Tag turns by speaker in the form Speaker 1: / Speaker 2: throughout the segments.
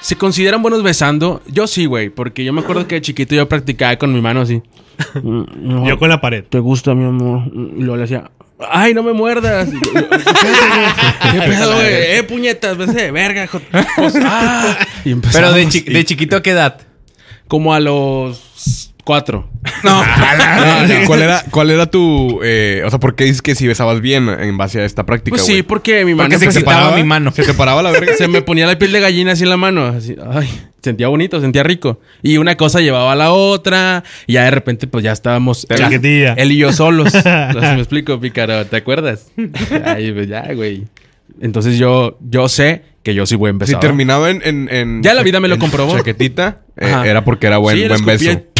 Speaker 1: ¿Se consideran buenos besando? Yo sí, güey, porque yo me acuerdo que de chiquito yo practicaba con mi mano así.
Speaker 2: Yo con la pared.
Speaker 1: Te gusta, mi amor. Y luego le hacía, ay, no me muerdas. Y yo, ¿Qué pedo, güey? Eh, puñetas, besé de verga. jo- pues, ah. Y empezamos.
Speaker 3: Pero de, chi- de chiquito, ¿a qué edad?
Speaker 1: Como a los cuatro.
Speaker 4: Ah, ¿Cuál era, cuál era tu. eh, o sea, ¿por qué dices que si besabas bien en base a esta práctica?
Speaker 1: Pues sí,
Speaker 4: güey?
Speaker 1: porque mi mano...
Speaker 3: Porque se
Speaker 1: empezó-
Speaker 3: excitaba mi mano.
Speaker 4: ¿Se te paraba la verga?
Speaker 1: Se me ponía la piel de gallina así en la mano. Así, ay, sentía bonito, sentía rico. Y una cosa llevaba a la otra. Y ya de repente, pues ya estábamos. ya,
Speaker 2: Chiquitilla.
Speaker 1: él y yo solos. Así me explico, Pícaro. ¿Te acuerdas? Ay, pues ya, güey. Entonces yo, yo sé que yo soy buen
Speaker 4: Si
Speaker 1: besador.
Speaker 4: terminaba en, en- en-
Speaker 1: Ya la vida me lo
Speaker 4: en
Speaker 1: comprobó.
Speaker 4: Chaquetita, eh,
Speaker 1: Ajá.
Speaker 4: era porque era buen,
Speaker 1: Sí, le
Speaker 4: buen
Speaker 1: escupía
Speaker 4: beso.
Speaker 1: y-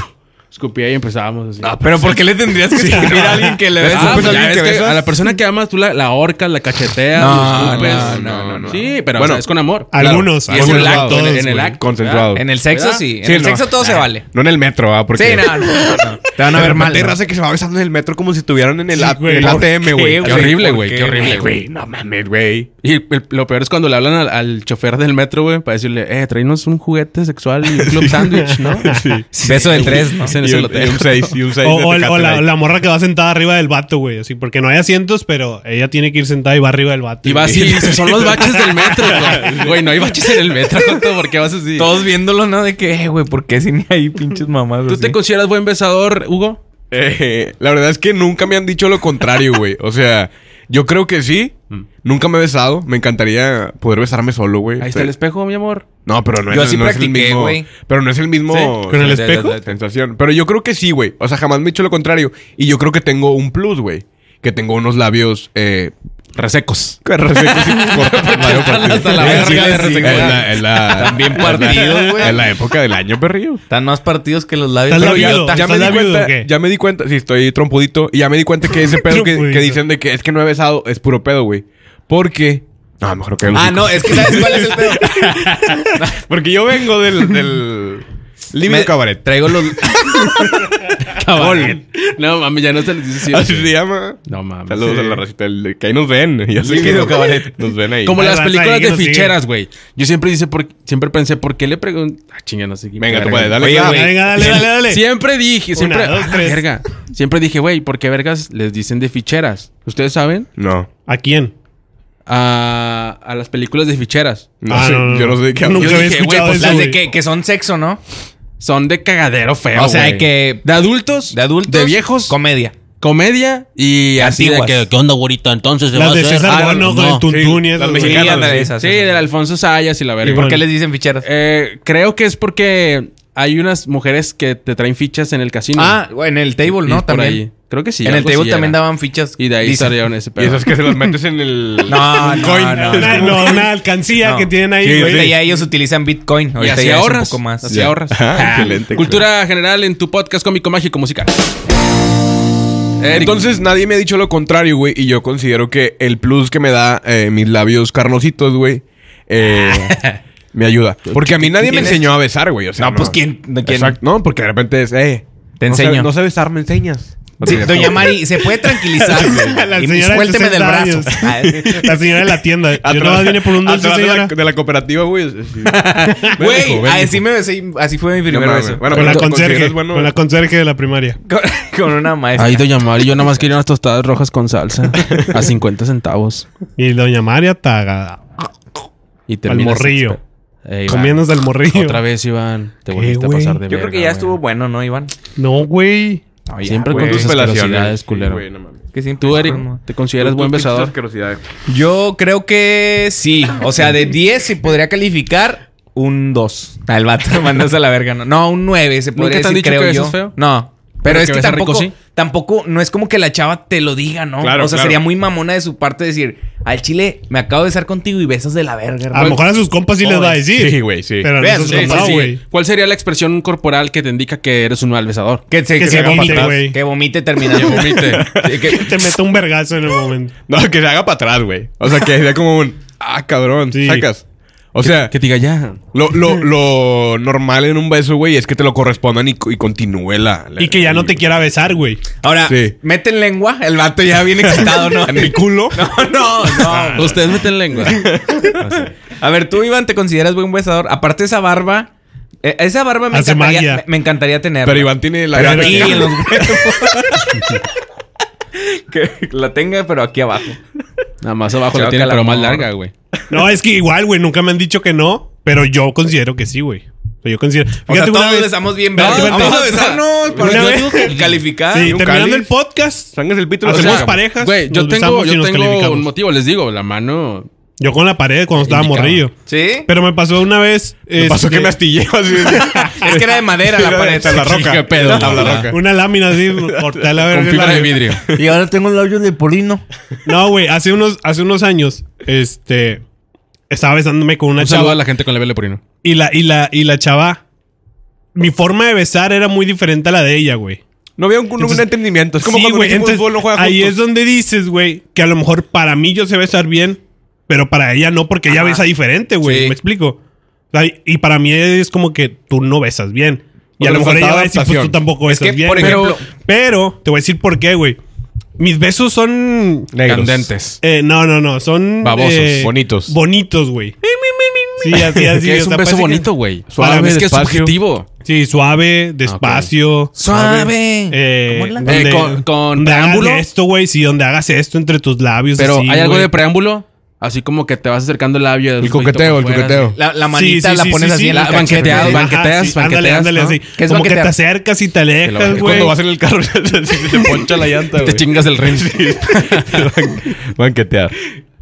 Speaker 1: Escupía y empezábamos así.
Speaker 3: Ah, pero ¿por qué le tendrías que escribir a alguien que le
Speaker 4: ¿Le
Speaker 3: ves?
Speaker 1: Ah, pues
Speaker 4: escupes
Speaker 1: ya
Speaker 4: alguien
Speaker 1: ves
Speaker 4: que
Speaker 1: que
Speaker 4: besas?
Speaker 1: a la persona que amas, tú la, la ahorcas, la cacheteas,
Speaker 3: No,
Speaker 1: la escupes.
Speaker 3: no,
Speaker 4: no, no, no.
Speaker 1: Sí, pero
Speaker 4: Bueno,
Speaker 1: o sea, es con amor.
Speaker 2: Algunos.
Speaker 4: Ah,
Speaker 1: Y es un
Speaker 2: algunos.
Speaker 1: acto,
Speaker 2: Todos,
Speaker 1: en el
Speaker 2: güey.
Speaker 1: acto.
Speaker 4: Concentrado.
Speaker 3: En el sexo
Speaker 1: ¿Verdad?
Speaker 3: sí. En
Speaker 4: Sí,
Speaker 3: el
Speaker 4: no.
Speaker 3: sexo todo se
Speaker 4: Ah,
Speaker 3: vale.
Speaker 4: No en el metro, ¿ah? Porque
Speaker 3: Sí, no, no, no, no. Te van a
Speaker 4: De
Speaker 3: ver mal.
Speaker 4: repente hay
Speaker 3: ¿no?
Speaker 4: raza que se va besando en el metro como si estuvieran en el,
Speaker 2: Sí,
Speaker 4: at-
Speaker 2: güey.
Speaker 4: el
Speaker 2: ¿Por
Speaker 4: ATM, güey.
Speaker 3: qué,
Speaker 1: Qué horrible, güey.
Speaker 3: ¿Por
Speaker 1: Qué
Speaker 3: qué,
Speaker 1: horrible, güey.
Speaker 4: No mames, güey.
Speaker 1: Y el- lo peor es cuando le hablan al, al chofer del metro, güey, para decirle, eh, traínos un juguete sexual y un club sándwich, ¿no?
Speaker 4: Sí.
Speaker 3: Beso del tres, ¿no?
Speaker 1: Ese no
Speaker 4: Y
Speaker 1: es el
Speaker 4: un
Speaker 1: hotel.
Speaker 4: 6, y un 6
Speaker 2: O, o- o la, la morra que va sentada arriba del vato, güey. Así, porque no hay asientos, pero ella tiene que ir sentada y va arriba del vato.
Speaker 1: Y va así,
Speaker 2: güey.
Speaker 1: y dice, son los baches del metro, güey. Güey, no hay baches en el metro, Joto, ¿por qué vas así?
Speaker 3: Todos viéndolo, ¿no? De que, eh, güey, ¿por qué sin ahí pinches mamás?
Speaker 1: ¿Tú
Speaker 3: así?
Speaker 1: te consideras buen besador, Hugo?
Speaker 4: Eh, la verdad es que nunca me han dicho lo contrario, güey. O sea, yo creo que sí.
Speaker 1: Mm.
Speaker 4: Nunca me he besado. Me encantaría poder besarme solo, güey.
Speaker 1: Ahí está el espejo, mi amor.
Speaker 4: No, pero no,
Speaker 3: Yo
Speaker 4: es,
Speaker 3: sí
Speaker 4: no es el
Speaker 3: practiqué,
Speaker 4: mismo.
Speaker 3: güey.
Speaker 4: Pero no es el mismo.
Speaker 3: Sí.
Speaker 2: ¿Con el
Speaker 3: Sí, sí, sí,
Speaker 2: espejo?
Speaker 3: sí.
Speaker 4: sensación. Pero yo creo que sí, güey. O sea, jamás me he hecho lo contrario. Y yo creo que tengo un plus, güey. Que tengo unos labios. Eh,
Speaker 1: Resecos.
Speaker 4: que resecos y cortos, Mario partido.
Speaker 1: Hasta la verga de
Speaker 4: Es
Speaker 1: resecos.
Speaker 4: la- es la-
Speaker 3: También
Speaker 4: es la-
Speaker 3: partidos, güey.
Speaker 4: Es la época del año, perrillo.
Speaker 3: Están más partidos que los labios.
Speaker 2: Estás
Speaker 3: Pero
Speaker 2: labiado.
Speaker 3: ya-
Speaker 4: Ya me,
Speaker 2: ¿Estás
Speaker 4: di
Speaker 2: labiudo
Speaker 4: cuenta,
Speaker 2: o qué?
Speaker 4: ya me di cuenta, sí, estoy trompudito. Y ya me di cuenta que ese pedo que,
Speaker 2: Trompudito.
Speaker 4: que dicen de que es que no he besado es puro pedo, güey. Porque. No, mejor que
Speaker 3: Ah, no, es que ¿sabes cuál es el pedo?
Speaker 4: Porque yo vengo del. del... Libido
Speaker 3: Me-
Speaker 4: cabaret.
Speaker 3: Traigo los...
Speaker 1: Cabrón. No, mami, ya no se les dice
Speaker 4: Así
Speaker 1: así.
Speaker 4: Ah, se llama.
Speaker 1: No mames.
Speaker 4: Saludos
Speaker 1: Sí.
Speaker 4: a la racita. del- Que ahí nos ven. Ya sé que
Speaker 3: Libido cabaret.
Speaker 4: nos ven ahí.
Speaker 1: Como
Speaker 2: Ahí
Speaker 1: las
Speaker 2: vas,
Speaker 1: películas
Speaker 2: ahí que
Speaker 1: de
Speaker 2: nos sigue.
Speaker 1: ficheras, güey. Yo siempre dice por- siempre pensé, ¿por qué le pregunto? Ah, chinga, no sé qué.
Speaker 4: Venga,
Speaker 1: verga.
Speaker 4: tú puedes, dale.
Speaker 3: Oye,
Speaker 4: claro.
Speaker 3: güey.
Speaker 2: Venga, dale, dale, dale.
Speaker 1: Siempre dije, siempre.
Speaker 2: Una, dos,
Speaker 1: Ah,
Speaker 2: tres.
Speaker 1: verga. Siempre dije, güey, ¿por qué vergas les dicen de ficheras? ¿Ustedes saben?
Speaker 4: No.
Speaker 2: ¿A quién?
Speaker 1: A, a las películas de ficheras.
Speaker 4: No
Speaker 2: Ah,
Speaker 4: sé,
Speaker 2: no, no,
Speaker 4: yo no sé de qué hablo.
Speaker 2: Nunca
Speaker 1: Yo
Speaker 2: había
Speaker 1: dije,
Speaker 2: escuchado
Speaker 1: güey, pues,
Speaker 2: eso,
Speaker 3: Las
Speaker 2: güey.
Speaker 3: de que, que son sexo, ¿no?
Speaker 1: Son de cagadero feo.
Speaker 3: O sea,
Speaker 1: güey.
Speaker 3: que-
Speaker 1: De adultos.
Speaker 3: De adultos.
Speaker 1: De viejos.
Speaker 3: Comedia.
Speaker 1: comedia. Y así de
Speaker 3: Antiguas.
Speaker 1: que. ¿Qué onda, güerita? Entonces se va
Speaker 2: Las
Speaker 1: a
Speaker 2: de
Speaker 1: hacer?
Speaker 2: César
Speaker 1: Ah,
Speaker 2: Bono con el tuntún y esas,
Speaker 4: las
Speaker 2: güey.
Speaker 3: mexicanas, Sí, ándale,
Speaker 2: Sí.
Speaker 3: esas.
Speaker 1: Sí, del Alfonso Sayas y la verga.
Speaker 2: Y
Speaker 3: ¿Por
Speaker 2: bueno.
Speaker 3: qué les dicen ficheras?
Speaker 1: Eh, creo que es porque hay unas mujeres que te traen fichas en el casino.
Speaker 3: ah, güey, en el table,
Speaker 1: Y
Speaker 3: ¿no?
Speaker 1: por ahí.
Speaker 3: También.
Speaker 1: Creo que sí.
Speaker 3: en el
Speaker 1: algo
Speaker 3: table
Speaker 1: sí
Speaker 3: también
Speaker 1: era.
Speaker 3: daban fichas.
Speaker 1: Y de ahí
Speaker 3: dicen.
Speaker 1: salieron ese
Speaker 4: Y
Speaker 1: pedo.
Speaker 4: esas que se las metes en el.
Speaker 3: No, no,
Speaker 4: coin.
Speaker 3: no,
Speaker 2: Una,
Speaker 3: no.
Speaker 2: no, una alcancía
Speaker 3: No.
Speaker 2: que tienen
Speaker 4: Sí,
Speaker 2: ahí, güey.
Speaker 3: Ahorita ya ellos utilizan Bitcoin.
Speaker 1: Y
Speaker 3: Ahorita
Speaker 1: así
Speaker 3: ya es un
Speaker 1: ahorras.
Speaker 3: poco más.
Speaker 1: Así
Speaker 4: Ya.
Speaker 1: ahorras.
Speaker 4: Ajá,
Speaker 1: Ah,
Speaker 4: excelente,
Speaker 1: Cultura general en tu podcast cómico mágico musical. Eric.
Speaker 4: Entonces nadie me ha dicho lo contrario, güey. Y yo considero que el plus que me da eh, mis labios carnositos, güey, eh, me ayuda. Porque a mí nadie me
Speaker 3: Pues, ¿Tienes?
Speaker 4: enseñó a besar, güey. O sea,
Speaker 3: No, pues, ¿quién- de quién?
Speaker 4: Exacto. No, porque de repente es, eh.
Speaker 3: Te
Speaker 4: no sé-
Speaker 3: enseño.
Speaker 4: No sé besar, me enseñas.
Speaker 3: Sí, doña Mari, ¿se puede tranquilizar?
Speaker 2: La
Speaker 3: y
Speaker 2: señora de
Speaker 3: suélteme del
Speaker 2: 60
Speaker 3: brazo. Ah,
Speaker 2: años. La señora de la tienda. Yo
Speaker 4: Atrás-
Speaker 2: nomás vine por un dulce,
Speaker 4: atrás de la,
Speaker 2: señora.
Speaker 4: de la cooperativa, güey. sí. Ven,
Speaker 3: Güey,
Speaker 4: hijo, ven,
Speaker 3: así,
Speaker 4: hijo.
Speaker 3: me besé, así fue mi
Speaker 4: No
Speaker 3: primer
Speaker 4: mames.
Speaker 3: beso.
Speaker 4: Bueno,
Speaker 2: Con la
Speaker 4: pero ¿lo
Speaker 2: conserje.
Speaker 4: consideras bueno?
Speaker 2: Con la conserje de la primaria.
Speaker 3: Con, con una maestra.
Speaker 1: Ay, doña Mari, yo nada más quería unas tostadas rojas con salsa a 50 centavos.
Speaker 2: Y doña María taga.
Speaker 1: Y
Speaker 2: Al
Speaker 1: terminas-
Speaker 2: morrillo.
Speaker 1: Eh, Iván,
Speaker 2: Comiéndose al morrillo.
Speaker 1: Otra vez, Iván. Te
Speaker 2: ¿Qué,
Speaker 1: volviste a
Speaker 2: güey?
Speaker 1: pasar de
Speaker 3: Yo creo que ya
Speaker 1: verga,
Speaker 3: estuvo
Speaker 1: güey.
Speaker 3: bueno, ¿no, Iván?
Speaker 2: No, güey.
Speaker 3: No, ya,
Speaker 1: Siempre con
Speaker 3: güey.
Speaker 1: tus
Speaker 4: Tus pelaciones.
Speaker 1: asquerosidades, culero.
Speaker 4: Sí, güey, no mames.
Speaker 3: Que siempre
Speaker 1: Tú,
Speaker 3: es
Speaker 1: Eric,
Speaker 3: como-
Speaker 1: ¿te consideras
Speaker 4: Tus
Speaker 1: buen
Speaker 4: pinches
Speaker 1: besador?
Speaker 4: asquerosidades.
Speaker 3: Yo creo que sí. O sea, de 10 se podría calificar un 2. Al vato mandas a la verga. No, no un 9 se podría
Speaker 1: ¿Nunca te han
Speaker 3: decir,
Speaker 1: dicho
Speaker 3: creo
Speaker 1: que besas
Speaker 3: yo.
Speaker 1: feo?
Speaker 3: No.
Speaker 1: Pero
Speaker 3: Pero es
Speaker 1: que
Speaker 3: que
Speaker 1: besas rico,
Speaker 3: tampoco,
Speaker 1: sí.
Speaker 3: tampoco, no es como que la chava te lo diga, ¿no?
Speaker 4: Claro,
Speaker 3: o sea,
Speaker 4: claro.
Speaker 3: sería muy mamona de su parte decir, al chile me acabo de besar contigo y besas de la verga.
Speaker 2: A lo
Speaker 3: hermano".
Speaker 2: mejor a sus compas sí les va a decir.
Speaker 4: Sí, güey, sí.
Speaker 2: Pero a
Speaker 3: Vean,
Speaker 2: nosotros
Speaker 3: sí,
Speaker 2: no,
Speaker 3: sí,
Speaker 2: güey.
Speaker 1: ¿Cuál sería la expresión corporal que te indica que eres un mal besador?
Speaker 3: Que se,
Speaker 2: Que se
Speaker 3: haga
Speaker 2: vomite,
Speaker 3: patas,
Speaker 2: güey.
Speaker 3: Que vomite terminando. Sí, que-
Speaker 2: Te meto un vergazo en el momento.
Speaker 4: No, que se haga para atrás, güey. O sea, que sea como un. Ah, cabrón,
Speaker 2: Sí.
Speaker 4: sacas. O sea,
Speaker 1: Que te diga ya.
Speaker 4: lo, lo, lo normal en un beso, güey, es que te lo correspondan y, y continúe la, la-
Speaker 2: Y que ya no te quiera besar, güey.
Speaker 3: Ahora,
Speaker 4: Sí.
Speaker 3: meten lengua, el vato ya viene excitado, ¿no?
Speaker 4: En el culo.
Speaker 3: No, no, no.
Speaker 1: Ustedes meten lengua.
Speaker 3: A ver, tú, Iván, ¿te consideras buen besador? Aparte esa barba, eh, esa barba me
Speaker 2: Hace
Speaker 3: encantaría,
Speaker 2: magia.
Speaker 3: me, me encantaría tener.
Speaker 4: Pero Iván tiene la
Speaker 2: Pero
Speaker 4: gran-
Speaker 3: aquí
Speaker 2: Iván-
Speaker 3: en los huevos. que la tenga, pero aquí abajo.
Speaker 1: Nada más abajo
Speaker 3: Choca
Speaker 1: la tiene,
Speaker 3: la
Speaker 1: pero más
Speaker 3: morra.
Speaker 1: larga, güey.
Speaker 2: No, es que igual, güey, nunca me han dicho que no, pero yo considero que sí, güey. O sea, Yo considero.
Speaker 3: O sea,
Speaker 2: Fíjate, una
Speaker 3: todos
Speaker 2: vez-
Speaker 3: besamos bien,
Speaker 2: Espérate,
Speaker 3: verga.
Speaker 2: espérate.
Speaker 3: Vamos a besarnos para
Speaker 2: Una
Speaker 3: yo
Speaker 2: vez-
Speaker 3: digo que calificar.
Speaker 2: Sí,
Speaker 3: Un
Speaker 2: terminando
Speaker 3: cáliz.
Speaker 2: el podcast,
Speaker 4: Sangres el pito.
Speaker 2: Hacemos
Speaker 4: O sea,
Speaker 2: pareja. parejas,
Speaker 1: Güey, yo
Speaker 2: nos
Speaker 1: tengo,
Speaker 2: besamos y
Speaker 1: yo
Speaker 2: nos
Speaker 1: tengo
Speaker 2: calificamos.
Speaker 1: un motivo, les digo, la mano.
Speaker 2: yo con la pared cuando estaba
Speaker 1: Indicado.
Speaker 2: morrillo.
Speaker 3: Sí.
Speaker 2: Pero me pasó una vez.
Speaker 4: Me pasó
Speaker 2: este,
Speaker 4: que me astillé. Así,
Speaker 3: Es que era de madera la pared.
Speaker 4: Tabla roca.
Speaker 1: qué pedo,
Speaker 4: Tabla
Speaker 1: güey.
Speaker 4: roca.
Speaker 2: Una lámina así, corté a la verga.
Speaker 1: Con fibra
Speaker 2: la-
Speaker 1: de vidrio.
Speaker 3: Y ahora tengo labios de polino.
Speaker 2: No, güey, hace unos, hace unos años, este. Estaba besándome con una
Speaker 1: Un saludo
Speaker 2: chava.
Speaker 1: a la gente con la leporino.
Speaker 2: Y la, y la, y la chava. Mi forma de besar era muy diferente a la de ella, güey.
Speaker 4: No había un, un entendimiento. Es como
Speaker 2: Sí,
Speaker 4: cuando
Speaker 2: güey,
Speaker 4: un equipo de
Speaker 2: entonces,
Speaker 4: fútbol no juega
Speaker 2: Ahí es
Speaker 4: juntos.
Speaker 2: donde dices, güey, que a lo mejor para mí yo sé besar bien, pero para ella no, porque ella
Speaker 3: Ajá.
Speaker 2: besa diferente, güey.
Speaker 3: Sí.
Speaker 2: ¿Me explico? O sea, y para mí es como que tú no besas bien. Y
Speaker 4: O
Speaker 2: a
Speaker 4: le
Speaker 2: lo mejor ella
Speaker 4: faltaba
Speaker 2: va a decir, pues
Speaker 4: adaptación.
Speaker 2: tú tampoco
Speaker 3: Es
Speaker 2: besas
Speaker 3: que,
Speaker 2: bien.
Speaker 3: por
Speaker 2: pero-
Speaker 3: ejemplo-
Speaker 2: pero, te voy a decir por qué, güey. Mis besos son.
Speaker 4: Negros.
Speaker 1: Candentes.
Speaker 2: eh, no, no, no. Son.
Speaker 1: Babosos,
Speaker 2: eh,
Speaker 4: bonitos.
Speaker 2: Bonitos, güey. Sí, así, así.
Speaker 1: Que es
Speaker 2: o
Speaker 1: un beso
Speaker 2: sea, parece que-
Speaker 1: bonito, güey.
Speaker 2: Suave,
Speaker 1: Suave, es que es
Speaker 4: despacio.
Speaker 1: subjetivo.
Speaker 2: Sí, suave, despacio.
Speaker 3: Suave.
Speaker 2: Eh,
Speaker 3: ¿Cómo es la-
Speaker 2: donde-
Speaker 1: Eh, con- con
Speaker 2: donde hagas
Speaker 1: preámbulo.
Speaker 2: esto, güey, sí, donde hagas esto entre tus labios.
Speaker 1: Pero
Speaker 2: así,
Speaker 1: hay algo
Speaker 2: güey.
Speaker 1: de preámbulo, así como que te vas acercando el labio.
Speaker 4: El coqueteo, el coqueteo.
Speaker 3: La, la
Speaker 2: Sí,
Speaker 3: manita
Speaker 2: sí,
Speaker 3: la
Speaker 2: sí,
Speaker 3: pones
Speaker 2: sí,
Speaker 3: así
Speaker 2: sí,
Speaker 3: en la
Speaker 2: ajá,
Speaker 1: banqueteas,
Speaker 2: sí,
Speaker 3: cacheteada.
Speaker 1: banqueteas,
Speaker 2: sí, ándale,
Speaker 1: banqueteas,
Speaker 2: ándale,
Speaker 1: ¿no?
Speaker 2: así.
Speaker 3: ¿Qué es
Speaker 2: Como que te
Speaker 3: banquetear?
Speaker 2: acercas y te alejas,
Speaker 1: Es
Speaker 2: güey.
Speaker 4: Cuando vas en el carro, se te poncha la llanta,
Speaker 1: Te
Speaker 4: güey.
Speaker 1: chingas el ring.
Speaker 4: Ban- Banquetear.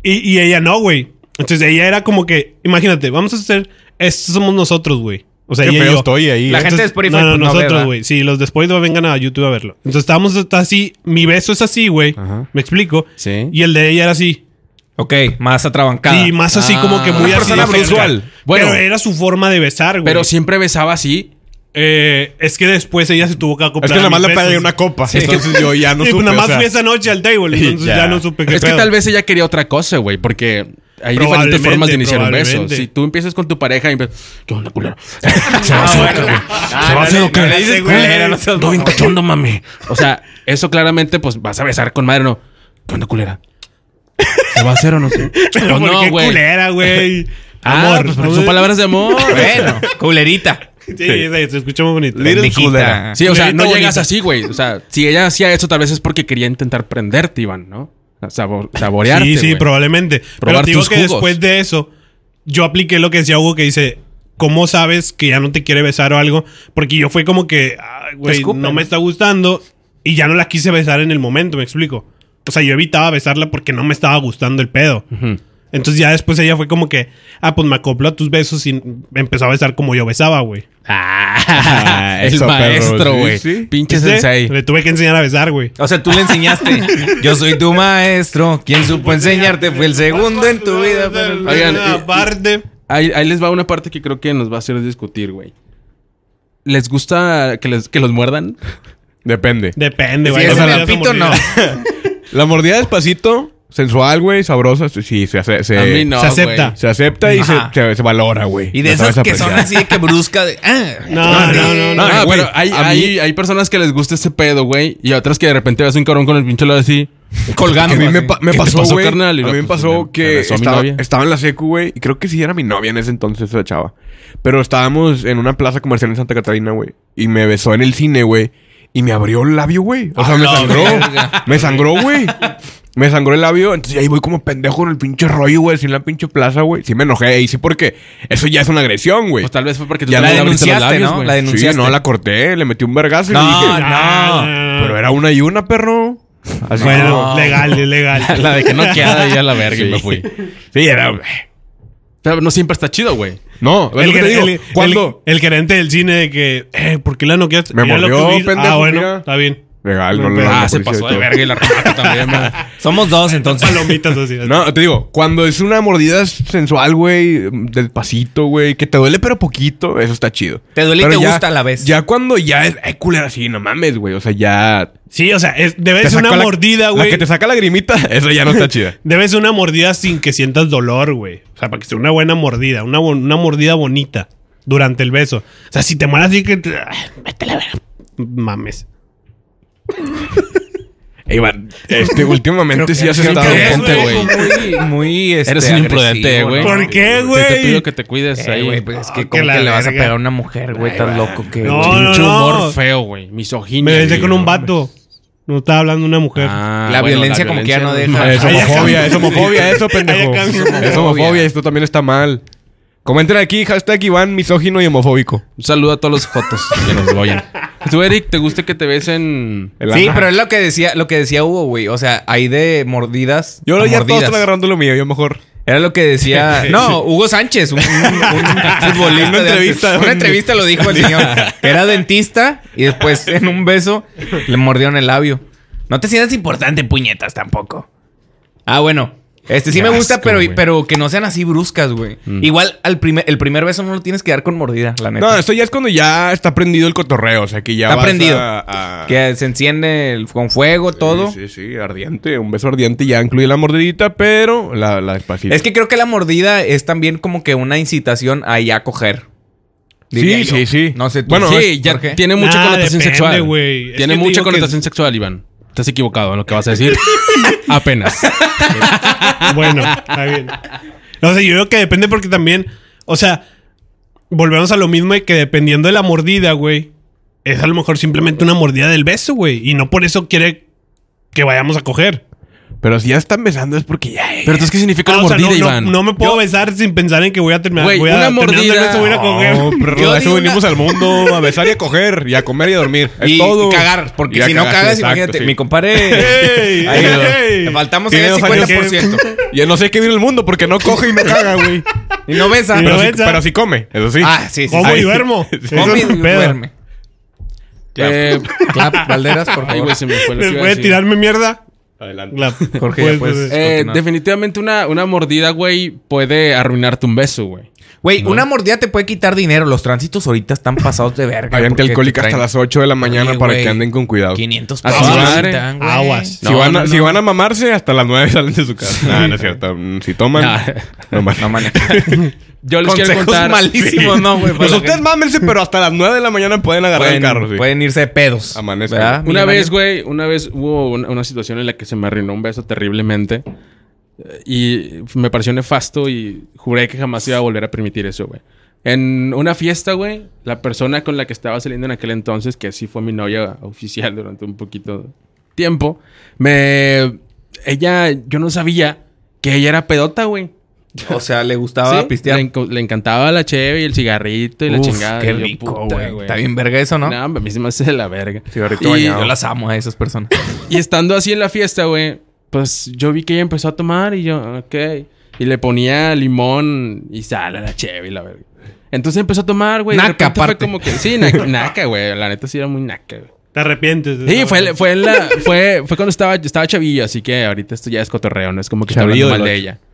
Speaker 2: Y, y ella no, güey. Entonces ella era como que, imagínate, vamos a hacer, estos somos nosotros, güey. O sea,
Speaker 4: Qué
Speaker 2: ella y
Speaker 4: feo
Speaker 2: yo.
Speaker 4: estoy ahí.
Speaker 3: La
Speaker 4: eh.
Speaker 3: gente de Spotify,
Speaker 2: No, no,
Speaker 3: pues, no ve,
Speaker 2: nosotros,
Speaker 3: ¿verdad?
Speaker 2: güey. Sí, los de Spotify vengan a YouTube a verlo. Entonces estábamos hasta así, mi beso es así, güey.
Speaker 1: Ajá.
Speaker 2: Me explico.
Speaker 1: Sí.
Speaker 2: Y el de ella era así.
Speaker 3: Ok, más atrabancada.
Speaker 2: Y más así
Speaker 1: Ah.
Speaker 2: como que muy
Speaker 1: Una
Speaker 2: así.
Speaker 1: persona
Speaker 2: de cerca.
Speaker 1: sensual. Bueno.
Speaker 2: Pero era su forma de besar, güey.
Speaker 1: Pero siempre besaba así.
Speaker 2: Eh, es que después ella se tuvo que acoplar.
Speaker 4: Es que nada más
Speaker 2: a
Speaker 4: le
Speaker 2: mis
Speaker 4: pegué
Speaker 2: besos.
Speaker 4: una copa.
Speaker 1: Sí.
Speaker 4: Entonces yo ya no
Speaker 2: Sí,
Speaker 4: supe.
Speaker 2: pues nada
Speaker 4: o
Speaker 2: más
Speaker 4: sea,
Speaker 2: fui esa noche al table,
Speaker 4: y
Speaker 2: entonces
Speaker 4: ya.
Speaker 2: ya. no supe qué
Speaker 1: Es que
Speaker 2: pedo.
Speaker 1: tal vez ella quería otra cosa, güey, porque hay diferentes
Speaker 2: Probablemente,
Speaker 1: formas de iniciar un beso.
Speaker 2: probablemente.
Speaker 1: Si tú empiezas con tu pareja y empiezas, ¿qué onda, culero? Ah,
Speaker 3: Se va a hacer lo que- se va a hacer lo que-
Speaker 2: Eh,
Speaker 3: culera, no seas
Speaker 1: No, bien
Speaker 3: mamón.
Speaker 1: cachondo, mami. O sea, eso claramente, pues vas a besar con madre, ¿no? ¿Qué onda, culera? ¿Se va a hacer o no?
Speaker 2: Pero
Speaker 1: Pues
Speaker 2: ¿por qué
Speaker 1: no, güey.
Speaker 2: culera, güey.
Speaker 1: Ah,
Speaker 2: Amor.
Speaker 1: pues, pero son palabras de amor.
Speaker 3: Bueno, culerita.
Speaker 2: Sí, sí, se escucha muy bonito.
Speaker 4: Little
Speaker 3: Niquita.
Speaker 4: culera.
Speaker 1: Sí, o sea,
Speaker 2: Culero
Speaker 1: no llegas
Speaker 2: bonito.
Speaker 1: así, güey. O sea, si ella hacía eso, tal vez es porque quería intentar prenderte, Iván, ¿no? Sabor, saborearte.
Speaker 2: Sí, sí,
Speaker 1: güey.
Speaker 2: probablemente. Pero
Speaker 1: Probar
Speaker 2: te digo
Speaker 1: tus
Speaker 2: que
Speaker 1: jugos.
Speaker 2: después de eso, yo apliqué lo que decía Hugo que dice, ¿cómo sabes que ya no te quiere besar o algo? Porque yo fue como que, "Ay, güey,
Speaker 3: escupen.
Speaker 2: no me está gustando y ya no la quise besar en el momento, me explico. O sea, yo evitaba besarla porque no me estaba gustando el pedo. Entonces ya después ella fue como que, ah, pues me acoplo a tus besos y empezó a besar como yo besaba, güey.
Speaker 1: Ah, el
Speaker 4: eso, perro,
Speaker 1: maestro,
Speaker 4: sí,
Speaker 1: güey.
Speaker 4: sí.
Speaker 1: Pinche
Speaker 2: ¿Viste?
Speaker 1: sensei.
Speaker 2: Le tuve que enseñar a besar, güey.
Speaker 3: O sea, tú le enseñaste. Yo soy tu maestro. Quien supo Pues enseñarte fue el segundo en tu vida. pero-
Speaker 1: Oigan, y-
Speaker 2: aparte,
Speaker 1: Ahí, ahí les va una parte que creo que nos va a hacer discutir, güey. ¿Les gusta que, les, que los muerdan?
Speaker 4: Depende.
Speaker 2: depende,
Speaker 3: Si
Speaker 2: güey.
Speaker 3: es
Speaker 2: No
Speaker 3: en
Speaker 2: me
Speaker 3: el
Speaker 2: vas a
Speaker 3: pito,
Speaker 2: morir.
Speaker 3: no.
Speaker 4: La mordida despacito, sensual, güey, sabrosa. Sí, sí, se, hace- se,
Speaker 1: a mí no,
Speaker 2: se acepta.
Speaker 4: Se acepta y se,
Speaker 3: Ajá.
Speaker 4: se- se valora, güey.
Speaker 3: Y de
Speaker 4: La
Speaker 3: esas
Speaker 4: sabes
Speaker 3: que son
Speaker 4: apreciar.
Speaker 3: así de que brusca. de, ah,
Speaker 2: No, no, no, no.
Speaker 1: No,
Speaker 4: güey,
Speaker 1: pero hay,
Speaker 4: a mí-
Speaker 1: hay, hay personas que les gusta ese pedo, güey. Y otras que de repente ves un cabrón con el pinche lado así.
Speaker 3: Colgando.
Speaker 4: A mí me,
Speaker 3: así.
Speaker 4: pa- me
Speaker 1: ¿Qué te
Speaker 4: pasó,
Speaker 1: pasó,
Speaker 4: güey. A
Speaker 1: carnal? Y
Speaker 4: mí
Speaker 1: luego,
Speaker 4: me
Speaker 1: pues,
Speaker 4: pasó
Speaker 1: me- me
Speaker 4: que
Speaker 1: besó a mi
Speaker 4: estaba,
Speaker 1: novia.
Speaker 4: estaba en la secu, güey. Y creo que sí era mi novia en ese entonces, esa chava. Pero estábamos en una plaza comercial en Santa Catarina, güey. Y me besó en el cine, güey. Y me abrió el labio, güey. O sea, me
Speaker 3: la
Speaker 4: sangró. Me sangró, güey. Me sangró el labio. Entonces ahí voy como pendejo en el pinche rollo, güey. Así en la pinche plaza, güey. Sí me enojé. Y sí porque eso ya es una agresión, güey.
Speaker 1: Pues tal vez fue porque tú
Speaker 4: Ya
Speaker 1: también
Speaker 4: la
Speaker 1: le abriste los
Speaker 3: denunciaste, ¿no?
Speaker 1: güey.
Speaker 3: La de-
Speaker 4: Sí,
Speaker 3: denunciaste.
Speaker 4: no, la corté. Le metí un vergazo y le
Speaker 3: No,
Speaker 4: dije...
Speaker 3: no.
Speaker 4: Pero era una y una, perro. Así
Speaker 2: Ah, Bueno,
Speaker 4: que-
Speaker 2: legal, es legal.
Speaker 1: La de que no queda y a la verga y
Speaker 4: Sí.
Speaker 1: me fui. O
Speaker 4: Sí, era... eh.
Speaker 1: sea, no siempre está chido, güey.
Speaker 4: No, es
Speaker 2: El,
Speaker 4: lo que te
Speaker 2: ger-
Speaker 4: digo.
Speaker 2: el-
Speaker 4: Cuando...
Speaker 2: el- el gerente del cine de que, eh, ¿por qué la noqueaste?
Speaker 4: Me
Speaker 2: Mira lo que
Speaker 4: mordió,
Speaker 2: vi-
Speaker 4: pendejo,
Speaker 2: Ah, bueno,
Speaker 4: mira.
Speaker 2: está bien.
Speaker 4: Legal, no
Speaker 2: No,
Speaker 4: le
Speaker 2: pero-
Speaker 4: da la
Speaker 3: Ah, se
Speaker 4: policía
Speaker 3: pasó
Speaker 4: y
Speaker 3: de
Speaker 4: todo.
Speaker 3: verga y la remata también, madre. Somos dos, entonces.
Speaker 2: Palomitas así.
Speaker 4: No, te digo, cuando es una mordida sensual, güey, despacito, güey, que te duele pero poquito, eso está chido.
Speaker 3: Te duele y
Speaker 4: Pero
Speaker 3: te
Speaker 4: ya-
Speaker 3: gusta a la vez.
Speaker 4: Ya cuando ya es, ay, culera, así, no mames, güey, o sea, ya...
Speaker 2: Sí, o sea, es- debe
Speaker 4: te
Speaker 2: ser
Speaker 4: sacó
Speaker 2: una
Speaker 4: la-
Speaker 2: mordida,
Speaker 4: La
Speaker 2: güey.
Speaker 4: que te saca lagrimita, eso ya no está chida.
Speaker 2: Debe ser una mordida sin que sientas dolor, güey. O sea, para que sea una buena mordida, una, bo- una mordida bonita durante el beso. O sea, si te mueras así que... te- ah, Vete a la verga. Mames.
Speaker 4: Ey, Iván, este, últimamente sí has
Speaker 1: creo
Speaker 4: estado...
Speaker 1: que es,
Speaker 4: Ponte,
Speaker 1: güey.
Speaker 4: güey.
Speaker 3: Muy, muy, este,
Speaker 1: Eres un imprudente,
Speaker 3: agresivo,
Speaker 1: güey.
Speaker 3: ¿no?
Speaker 2: ¿Por qué, güey?
Speaker 1: Te, te pido que te cuides
Speaker 3: Eh,
Speaker 1: ahí,
Speaker 3: güey,
Speaker 1: güey.
Speaker 3: pues es
Speaker 2: Ah,
Speaker 3: que
Speaker 2: que
Speaker 3: como
Speaker 2: la
Speaker 3: que le vas a
Speaker 2: verga.
Speaker 3: pegar a una mujer, güey, tan loco que...
Speaker 2: No,
Speaker 3: güey.
Speaker 2: no,
Speaker 1: Pinche
Speaker 2: no.
Speaker 1: humor feo, güey. Misoginia.
Speaker 2: Me besé
Speaker 1: güey.
Speaker 2: con un vato. No estaba hablando de una mujer.
Speaker 1: Ah,
Speaker 3: La violencia como que ya no deja.
Speaker 4: Ah, Es
Speaker 2: Ay, ya
Speaker 4: homofobia,
Speaker 2: cambió.
Speaker 4: es homofobia eso,
Speaker 2: Ay,
Speaker 4: pendejo.
Speaker 2: ya cambió.
Speaker 4: Es homofobia, esto también está mal. Comenten aquí, hashtag Iván misógino y homofóbico.
Speaker 1: Un saludo a todos los jotos que nos oyen. Tú, Eric, ¿te gusta que te besen?
Speaker 4: El
Speaker 3: Sí,
Speaker 4: ana.
Speaker 3: pero es lo que decía, lo que decía Hugo, güey. O sea, hay de mordidas.
Speaker 4: Yo
Speaker 3: a
Speaker 4: ya todos
Speaker 3: mordidas.
Speaker 4: están agarrando lo mío, yo mejor.
Speaker 3: Era lo que decía. No, Hugo Sánchez, un, un- un futbolista.
Speaker 4: Una
Speaker 3: de antes.
Speaker 4: entrevista.
Speaker 3: Una entrevista lo dijo el señor. que Era dentista y después en un beso le mordieron el labio. No te sientas importante, puñetas, tampoco. Ah, bueno. Este sí
Speaker 1: Qué
Speaker 3: me gusta,
Speaker 1: asco,
Speaker 3: pero,
Speaker 1: güey.
Speaker 3: pero que no sean así bruscas, güey. Igual al primer, el primer beso no lo tienes que dar con mordida, la neta.
Speaker 4: Mm. No, esto ya es cuando ya está prendido el cotorreo, o sea que ya
Speaker 3: Está
Speaker 4: vas
Speaker 3: prendido.
Speaker 4: a- a-
Speaker 3: Que se enciende el- con fuego, todo.
Speaker 4: Sí, sí, sí, ardiente, un beso ardiente ya incluye la mordidita, pero la, la despacita.
Speaker 3: Es que creo que la mordida es también como que una incitación a ya coger. diría
Speaker 4: sí,
Speaker 3: yo.
Speaker 4: sí, sí.
Speaker 3: No sé, tú.
Speaker 4: Bueno,
Speaker 1: sí,
Speaker 4: es-
Speaker 1: ya
Speaker 3: Jorge.
Speaker 1: tiene mucha
Speaker 2: Nah,
Speaker 1: connotación
Speaker 2: Ah, depende,
Speaker 1: sexual.
Speaker 2: güey. Es
Speaker 1: Tiene
Speaker 2: que te
Speaker 1: mucha
Speaker 2: digo que-
Speaker 1: connotación sexual, Iván. Estás equivocado en lo que vas a decir. Apenas.
Speaker 2: Bueno, está bien. No sé, yo creo que depende porque también, o sea, volvemos a lo mismo de que dependiendo de la mordida, güey, es a lo mejor simplemente una mordida del beso, güey. Y no por eso quiere que vayamos a coger.
Speaker 4: Pero si ya están besando es porque ya. eh.
Speaker 1: Pero entonces, ¿qué significa
Speaker 2: Ah,
Speaker 1: una
Speaker 2: o sea,
Speaker 1: mordida,
Speaker 2: no, no-
Speaker 1: Iván?
Speaker 2: no me puedo besar sin pensar en que voy a terminar.
Speaker 1: Güey,
Speaker 2: voy a,
Speaker 1: una
Speaker 2: terminando el
Speaker 1: mordida. Oh,
Speaker 2: beso, voy a ir a coger.
Speaker 4: No, pero
Speaker 3: Yo
Speaker 4: a
Speaker 3: di
Speaker 4: eso
Speaker 3: una-
Speaker 4: venimos al mundo a besar y a coger, y a comer y a dormir. Es
Speaker 3: y,
Speaker 4: todo.
Speaker 3: y cagar, porque
Speaker 4: Y a
Speaker 3: si no
Speaker 4: cagar,
Speaker 3: cagas,
Speaker 4: exacto,
Speaker 3: imagínate,
Speaker 4: sí.
Speaker 3: mi compadre.
Speaker 2: Ey,
Speaker 3: Ahí,
Speaker 2: ey.
Speaker 3: le faltamos
Speaker 4: Tiene
Speaker 3: el
Speaker 4: dos años
Speaker 3: 50%.
Speaker 4: Y no sé qué viene el mundo porque no coge y no caga, güey.
Speaker 3: y no besa.
Speaker 2: Y
Speaker 4: pero,
Speaker 2: no
Speaker 4: sí,
Speaker 2: besa.
Speaker 4: pero sí come, eso sí.
Speaker 3: Ah, sí, sí.
Speaker 2: ¿Cómo
Speaker 3: sí.
Speaker 2: y duermo?
Speaker 3: Come
Speaker 2: Eso
Speaker 3: y
Speaker 2: es un pedo.
Speaker 3: duerme.
Speaker 1: Eh,
Speaker 3: Clap, Valderas, por
Speaker 1: Ay,
Speaker 3: favor.
Speaker 1: güey, se me fue lo que iba a
Speaker 2: Después de
Speaker 1: decir.
Speaker 2: tirarme mierda.
Speaker 4: Adelante.
Speaker 2: la-
Speaker 3: Jorge, ya puedes.
Speaker 1: Eh,
Speaker 3: Continúa.
Speaker 1: definitivamente una, una mordida, güey, puede arruinarte un beso, güey.
Speaker 3: Güey, una mordida te puede quitar dinero. Los tránsitos ahorita están pasados de verga.
Speaker 4: Hay
Speaker 3: porque
Speaker 4: antialcohólica
Speaker 3: te
Speaker 4: hasta
Speaker 3: traen
Speaker 4: las 8 de la mañana
Speaker 3: Oye,
Speaker 4: para
Speaker 3: güey.
Speaker 4: que anden con cuidado.
Speaker 3: 500
Speaker 1: A
Speaker 3: pesos.
Speaker 1: su
Speaker 3: ahorita,
Speaker 1: madre.
Speaker 3: güey.
Speaker 2: Aguas.
Speaker 4: si,
Speaker 1: No,
Speaker 4: van a,
Speaker 1: no,
Speaker 4: si
Speaker 1: no.
Speaker 4: van a mamarse, hasta las 9 salen de su casa. Nah, no es cierto. Mm, Si toman,
Speaker 1: Nah.
Speaker 4: no mames.
Speaker 3: No mames.
Speaker 1: Yo les quiero
Speaker 3: Consejos
Speaker 1: contar.
Speaker 3: malísimos, ¿no, güey?
Speaker 4: Pues
Speaker 3: Para la
Speaker 4: ustedes
Speaker 3: gente.
Speaker 4: mámense, pero hasta las 9 de la mañana pueden agarrar
Speaker 3: pueden,
Speaker 4: el carro. Sí.
Speaker 3: pueden irse de pedos.
Speaker 4: Amanezcan.
Speaker 3: ¿verdad?
Speaker 1: Una
Speaker 3: Mira,
Speaker 1: vez,
Speaker 3: Mario.
Speaker 1: güey, una vez hubo una, una situación en la que se me arruinó un beso terriblemente. eh, Y me pareció nefasto y juré que jamás iba a volver a permitir eso, güey. En una fiesta, güey, la persona con la que estaba saliendo en aquel entonces, que sí fue mi novia oficial durante un poquito de tiempo, me... Ella, yo no sabía que ella era pedota, güey.
Speaker 3: O sea, le gustaba
Speaker 1: Sí,
Speaker 3: pistear.
Speaker 1: Le, enco- le encantaba la cheve y el cigarrito y la
Speaker 3: Uf,
Speaker 1: chingada.
Speaker 3: Qué
Speaker 1: Y yo,
Speaker 3: rico,
Speaker 1: puta,
Speaker 3: güey. Está bien verga eso, ¿no?
Speaker 1: No, hombre, a mí se me hace de la verga.
Speaker 4: Cigarrito
Speaker 1: Y-
Speaker 4: bañado.
Speaker 3: Yo las amo a esas personas.
Speaker 1: Y estando así en la fiesta, güey, pues yo vi que ella empezó a tomar y yo, ok. Y le ponía limón y sal a la cheve y la verga. Entonces empezó a tomar, güey. y de
Speaker 3: Naca,
Speaker 1: repente
Speaker 3: aparte.
Speaker 1: Fue como que, sí, na- naca, güey. La neta sí era muy naca, güey.
Speaker 2: Te arrepientes. de
Speaker 1: Sí,
Speaker 2: esa
Speaker 1: fue,
Speaker 2: vez.
Speaker 1: fue, en la, fue, fue cuando estaba, estaba chavillo, así que ahorita esto ya es cotorreo, no es como que está
Speaker 4: Chavillo
Speaker 1: hablando mal
Speaker 4: del
Speaker 1: de
Speaker 4: ocho.
Speaker 1: ella.